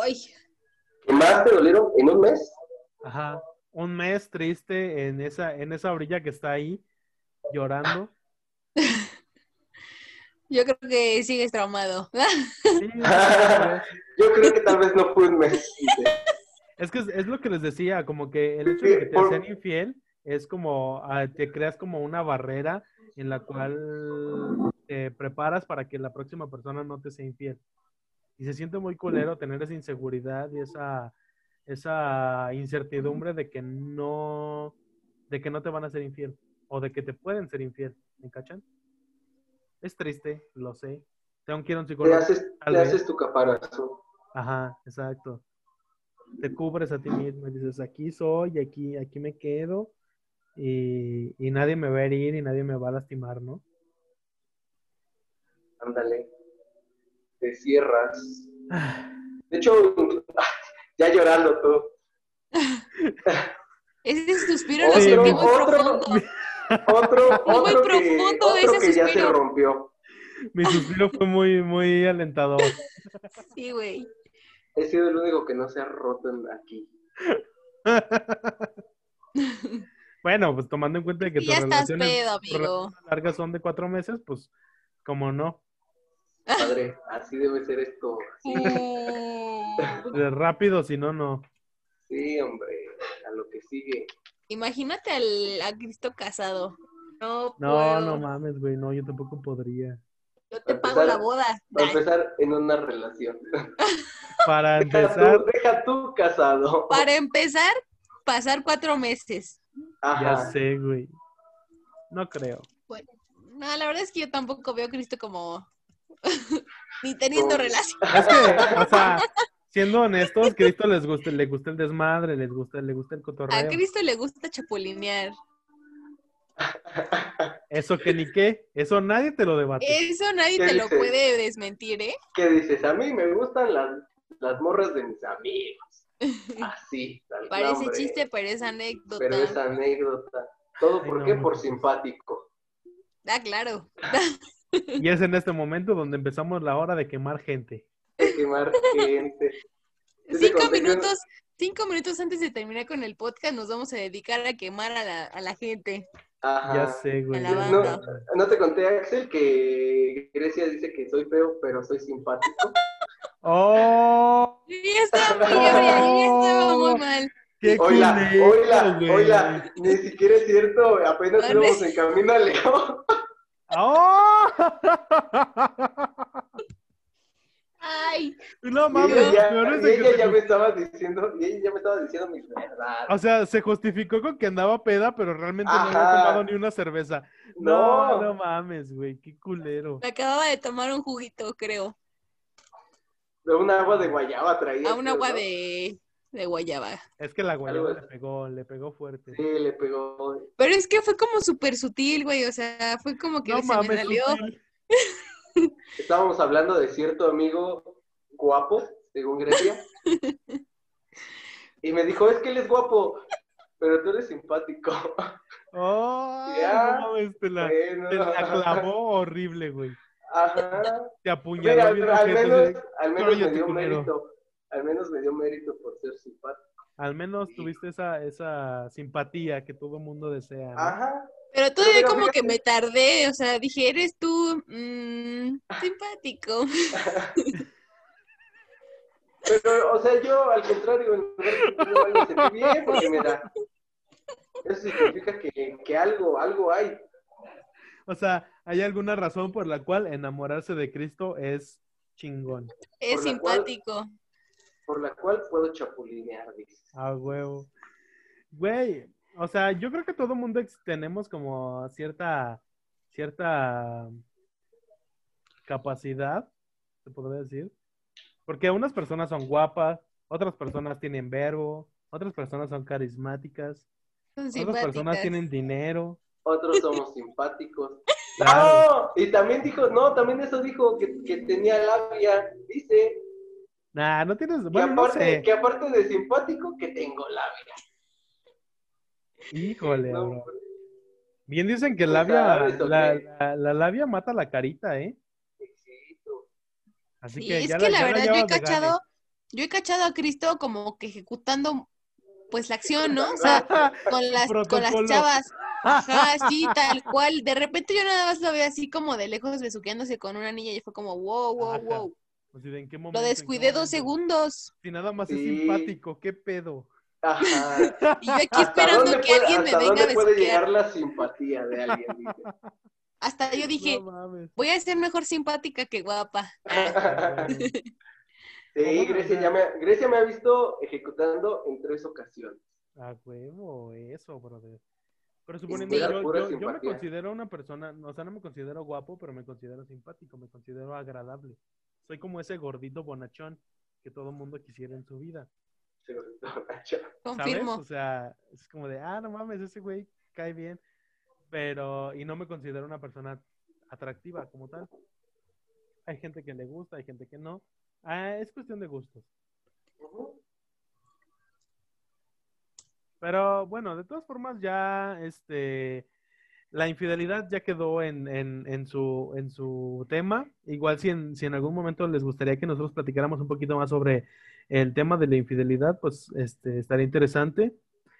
S2: Ay,
S3: ¿Qué más te dolieron en un mes?
S1: Ajá. Un mes triste en esa, en esa orilla que está ahí, llorando.
S2: yo creo que sigues traumado.
S1: Sí, es-
S3: Yo creo que tal vez no fue un mes.
S1: Es que es, es lo que les decía, como que el hecho de que te
S3: Por-
S1: sean infiel es como, ah, te creas como una barrera en la cual te preparas para que la próxima persona no te sea infiel. Y se siente muy culero tener esa inseguridad y esa, esa incertidumbre de que no, de que no te van a ser infiel o de que te pueden ser infiel, ¿me cachan? Es triste, lo sé. Tengo que ir a un
S3: Te
S1: psicólogo.
S3: haces,
S1: Tal
S3: te
S1: vez.
S3: haces tu caparazón.
S1: Ajá, exacto. Te cubres a ti mismo y dices, aquí soy, aquí, aquí me quedo y, y nadie me va a herir y nadie me va a lastimar, ¿no?
S3: Ándale. Te cierras. De hecho, ya llorando tú.
S2: Ese suspiro
S1: Otro,
S2: lo sentí muy
S3: otro.
S2: profundo.
S3: Otro,
S2: Fue muy
S3: otro que,
S2: profundo
S3: otro
S2: ese
S3: que ya se
S2: suspiro.
S3: rompió.
S1: Mi suspiro fue muy, muy alentador.
S2: Sí, güey.
S3: He sido el único que no se ha roto en- aquí.
S1: bueno, pues tomando en cuenta que
S2: Y ya
S1: tus
S2: estás
S1: relaciones
S2: pedo, amigo.
S1: largas son de cuatro meses, pues, como no,
S3: Padre, así debe ser esto. así.
S2: Uh,
S1: de rápido, si no, no.
S3: Sí, hombre, a lo que sigue.
S2: Imagínate al, a Cristo casado. No,
S1: No,
S2: puedo.
S1: no mames, güey, no, yo tampoco podría.
S2: Yo te pago la boda.
S3: Para empezar en una relación.
S1: Para
S3: Deja
S1: empezar,
S3: tú, deja tú casado.
S2: Para empezar, pasar cuatro meses.
S1: ya
S3: Ajá.
S1: sé, güey. No creo.
S2: No, la verdad es que yo tampoco veo a Cristo como... Ni teniendo
S3: Como-
S2: relación.
S1: Es que, o sea, siendo honestos, Cristo les gusta, le gusta el desmadre, les gusta, le gusta el
S2: A
S1: cotorreo.
S2: Cristo le gusta chapulinear.
S1: Eso que ni qué, eso nadie te lo debate.
S2: Eso nadie
S3: ¿Qué
S2: te lo
S3: dices?
S2: puede desmentir, ¿eh?
S3: ¿Qué dices? A mí me gustan las, las morras de mis amigos. Así, tal
S2: Parece
S3: nombre.
S2: chiste, pero es anécdota.
S3: Pero es anécdota. ¿Todo
S1: Ay,
S3: por
S1: no,
S3: qué?
S1: no.
S3: Por simpático.
S2: Ah, claro.
S1: Y es en este momento donde empezamos la hora de quemar gente.
S3: Hay que quemar gente. Ese
S2: Cinco
S3: consejo-
S2: minutos, cinco minutos antes de terminar con el podcast nos vamos a dedicar a quemar a la, a la gente.
S3: Ajá.
S1: Ya sé, güey.
S2: A la
S1: ya sé.
S2: banda.
S3: No te conté, Axel, que Grecia dice que soy feo, pero soy simpático.
S1: ¡Oh!
S2: Y está muy bien, y estaba muy mal.
S1: ¡Qué
S3: Oila,
S1: culero,
S3: oila,
S1: güey!
S3: oila, ni siquiera es cierto, apenas
S2: Bueno.
S3: íbamos en camino a León.
S1: ¡Oh!
S2: Ay,
S1: No
S3: Y
S1: mames,
S3: ella,
S1: peor
S3: ya,
S1: es de que Ah,
S3: y ella
S1: se
S3: ya me estaba diciendo, y ella ya me estaba diciendo mis verdades.
S1: O sea, se justificó con que andaba peda, pero realmente no había
S3: Ajá.
S1: tomado ni una cerveza. No, no, mames, güey, qué culero.
S2: me acababa de tomar un juguito, creo.
S3: De un agua de guayaba traía.
S2: A un
S3: creo,
S2: agua
S3: ¿no?
S2: de, de guayaba.
S1: Es que la guayaba
S3: Algo-
S1: le pegó, le pegó fuerte.
S3: Sí, le pegó.
S2: Pero es que fue como súper sutil, güey. O sea, fue como que
S1: no
S2: se me
S1: mames,
S2: salió.
S1: sutil.
S3: Estábamos hablando de cierto amigo guapo, según Grecia. y me dijo, es que él es guapo, pero tú eres simpático.
S1: ¡Oh!
S3: Ya.
S1: No mames, te la,
S3: Bueno.
S1: te la clavó horrible, güey.
S3: Ajá.
S1: Te
S3: Mira,
S1: apuñaló
S3: al,
S1: bien
S3: al
S1: ojete,
S3: menos,
S1: güey.
S3: al menos me
S1: Cállate,
S3: dio
S1: culero.
S3: mérito. Al menos me dio mérito por ser simpático.
S1: Al menos
S3: Sí.
S1: tuviste esa, esa simpatía que todo el mundo desea. ¿no?
S3: Ajá.
S2: Pero todavía
S3: Pero mira,
S2: como que me tardé. O sea, dije, eres tú mm, simpático.
S3: Pero, o sea, yo al contrario, en lugar de sentirme mal, me sentí bien porque me da. Eso significa que, que algo, algo hay.
S1: O sea, ¿hay alguna razón por la cual enamorarse de Cristo es chingón?
S2: Es
S3: Por la cual-
S2: simpático.
S3: por la cual puedo chapulinear, dice.
S1: A huevo. Güey, o sea, yo creo que todo mundo ex- tenemos como cierta, cierta capacidad, se podría decir. Porque unas personas son guapas, otras personas tienen verbo, otras personas son carismáticas,
S2: Son
S1: otras personas
S2: simpáticas.
S1: tienen dinero.
S3: Otros somos simpáticos.
S1: Claro.
S3: ¡No! Y también dijo, no, también eso dijo que, que tenía labia. Dice
S1: Nah, no tienes.
S3: que,
S1: Bueno, no
S3: aparte,
S1: sé.
S3: que aparte de simpático, que tengo labia.
S1: Híjole,
S3: No,
S1: bro. Bien dicen que
S3: Pues
S1: labia,
S3: sabes, ¿o
S1: la,
S3: qué?
S1: la- la labia mata la carita, ¿eh?
S3: pobrecito.
S1: Así
S2: Sí,
S1: que
S2: es
S1: ya
S2: que la,
S1: ya
S2: verdad yo he
S1: llevas de gane.
S2: cachado, yo he cachado a Cristo como que ejecutando pues la acción, ¿no? O sea, con las, con
S1: Protocolo.
S2: las
S1: Ah,
S2: chavas. Ajá, sí, tal cual. De repente yo nada más lo veo así como de lejos besuqueándose con una niña y fue como, wow, wow,
S1: Ajá.
S2: wow.
S1: O sea, Pues, ¿en qué momento,
S2: Lo
S1: en qué
S2: descuidé dos
S1: momento?
S2: segundos.
S1: Si nada más es
S3: Sí.
S1: simpático, ¿qué pedo?
S3: Ajá.
S2: Y yo aquí
S3: ¿Hasta
S2: esperando
S3: dónde
S2: que
S3: puede-
S2: alguien me
S3: hasta
S2: venga a
S3: dónde puede llegar
S2: besuquear.
S3: la simpatía de alguien? Dice.
S2: Hasta Ah, yo dije,
S1: No mames. Ah,
S2: voy a ser mejor simpática que guapa.
S3: Sí, Grecia, ya me, Grecia me ha visto ejecutando en tres ocasiones.
S1: A Ah, huevo, eso, brother. Pero
S2: que
S1: suponiendo,
S2: era
S1: yo,
S3: pura
S1: yo- yo me
S3: simpatía.
S1: considero una persona, no, o sea, no me considero guapo, pero me considero simpático, me considero agradable. Soy como ese gordito bonachón que todo mundo quisiera en su vida. ¿sabes?
S2: Confirmo.
S1: O sea, es como de, ah, no mames, ese güey cae bien, pero, y no me considero una persona atractiva como tal. Hay gente que le gusta, hay gente que no. Ah, es cuestión de gustos. Pero bueno, de todas formas ya, este, la infidelidad ya quedó en, en, en su, en su tema. Igual si en, si en algún momento les gustaría que nosotros platicáramos un poquito más sobre el tema de la infidelidad, pues este, estaría interesante.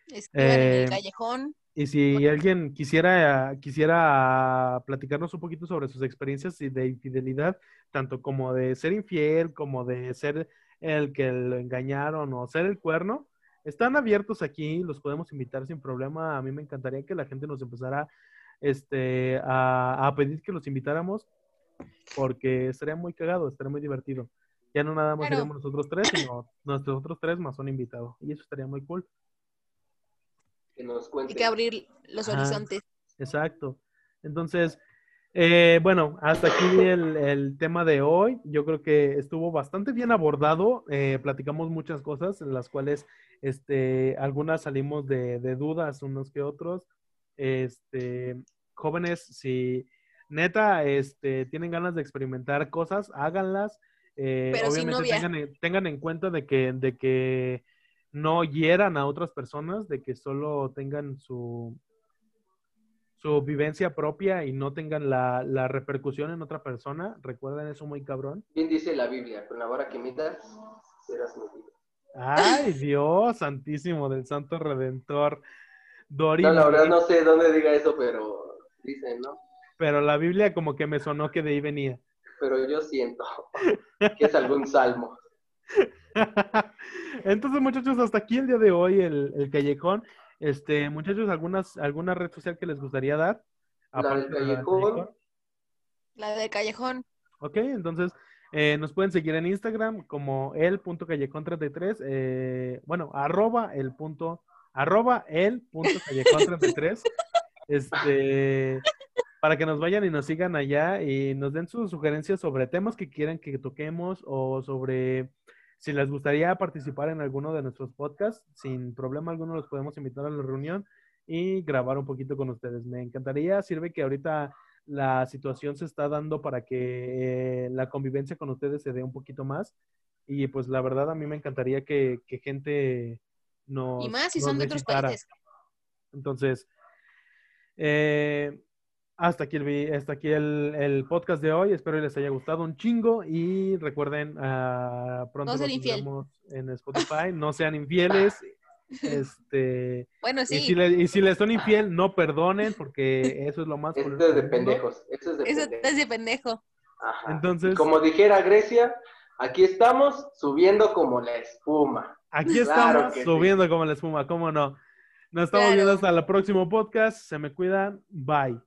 S2: Escriban en el
S1: Eh,
S2: callejón.
S1: Y si alguien quisiera, quisiera platicarnos un poquito sobre sus experiencias y de infidelidad, tanto como de ser infiel, como de ser el que lo engañaron o ser el cuerno, están abiertos aquí, los podemos invitar sin problema. A mí me encantaría que la gente nos empezara este, a, a pedir que los invitáramos, porque estaría muy cagado, estaría muy divertido. Ya no nada más
S2: Claro.
S1: seríamos nosotros tres, sino nuestros otros tres más un invitado. Y eso estaría muy cool.
S3: Que nos
S2: Hay
S3: cuenten.
S2: que abrir los
S1: Ajá.
S2: horizontes.
S1: Exacto. Entonces, eh, bueno, hasta aquí el, el tema de hoy. Yo creo que estuvo bastante bien abordado. Eh, platicamos muchas cosas, en las cuales este, algunas salimos de, de dudas unos que otros. Este, jóvenes, si neta este, tienen ganas de experimentar cosas, háganlas. Eh,
S2: Pero sin
S1: obviamente
S2: novia.
S1: tengan, en- tengan en cuenta de que, de que no hieran a otras personas, de que solo tengan su, su vivencia propia y no tengan la, la repercusión en otra persona. Recuerden eso muy cabrón.
S3: Bien dice la Biblia, con la vara que midas, serás medido.
S1: Ay, Dios santísimo del Santo Redentor. Dori,
S3: No, la verdad no sé dónde diga eso, pero dicen, ¿no?
S1: pero la Biblia como que me sonó que de ahí venía.
S3: Pero yo siento que es algún salmo.
S1: Entonces, muchachos, hasta aquí el día de hoy, el, el callejón. Este, muchachos, algunas, alguna red social que les gustaría dar.
S3: La del
S1: Aparte de la del
S3: Callejón.
S2: La del callejón.
S1: Ok, entonces eh, nos pueden seguir en Instagram como el punto callejón 33, eh, bueno, arroba el punto, arroba el punto callejón 33, este, para que nos vayan y nos sigan allá y nos den sus sugerencias sobre temas que quieran que toquemos o sobre si les gustaría participar en alguno de nuestros podcasts, sin problema alguno los podemos invitar a la reunión y grabar un poquito con ustedes. Me encantaría, sirve que ahorita la situación se está dando para que eh, la convivencia con ustedes se dé un poquito más. Y pues la verdad a mí me encantaría que, que gente nos...
S2: y más si
S1: nos
S2: son de otros
S1: visitara.
S2: países.
S1: Entonces, eh, hasta aquí, el, vi- hasta aquí el, el podcast de hoy. Espero les haya gustado un chingo y recuerden, ah, pronto
S2: No ser
S1: nos
S2: infiel.
S1: tendremos en Spotify. No sean infieles. Este,
S2: Bueno, sí.
S1: y, si le- y si les son infiel, no perdonen porque eso es lo más... culero
S3: Esto Este es
S1: del
S3: de
S1: mundo.
S3: pendejos. Esto es de
S2: Eso
S3: pendejos.
S2: es de pendejo.
S3: Ajá.
S1: Entonces-
S3: Y como dijera Grecia, aquí estamos subiendo como la espuma.
S1: Aquí
S3: Claro
S1: estamos
S3: que sí.
S1: subiendo como la espuma, ¿cómo no? Nos estamos
S2: Claro.
S1: viendo hasta el próximo podcast. Se me cuidan. Bye.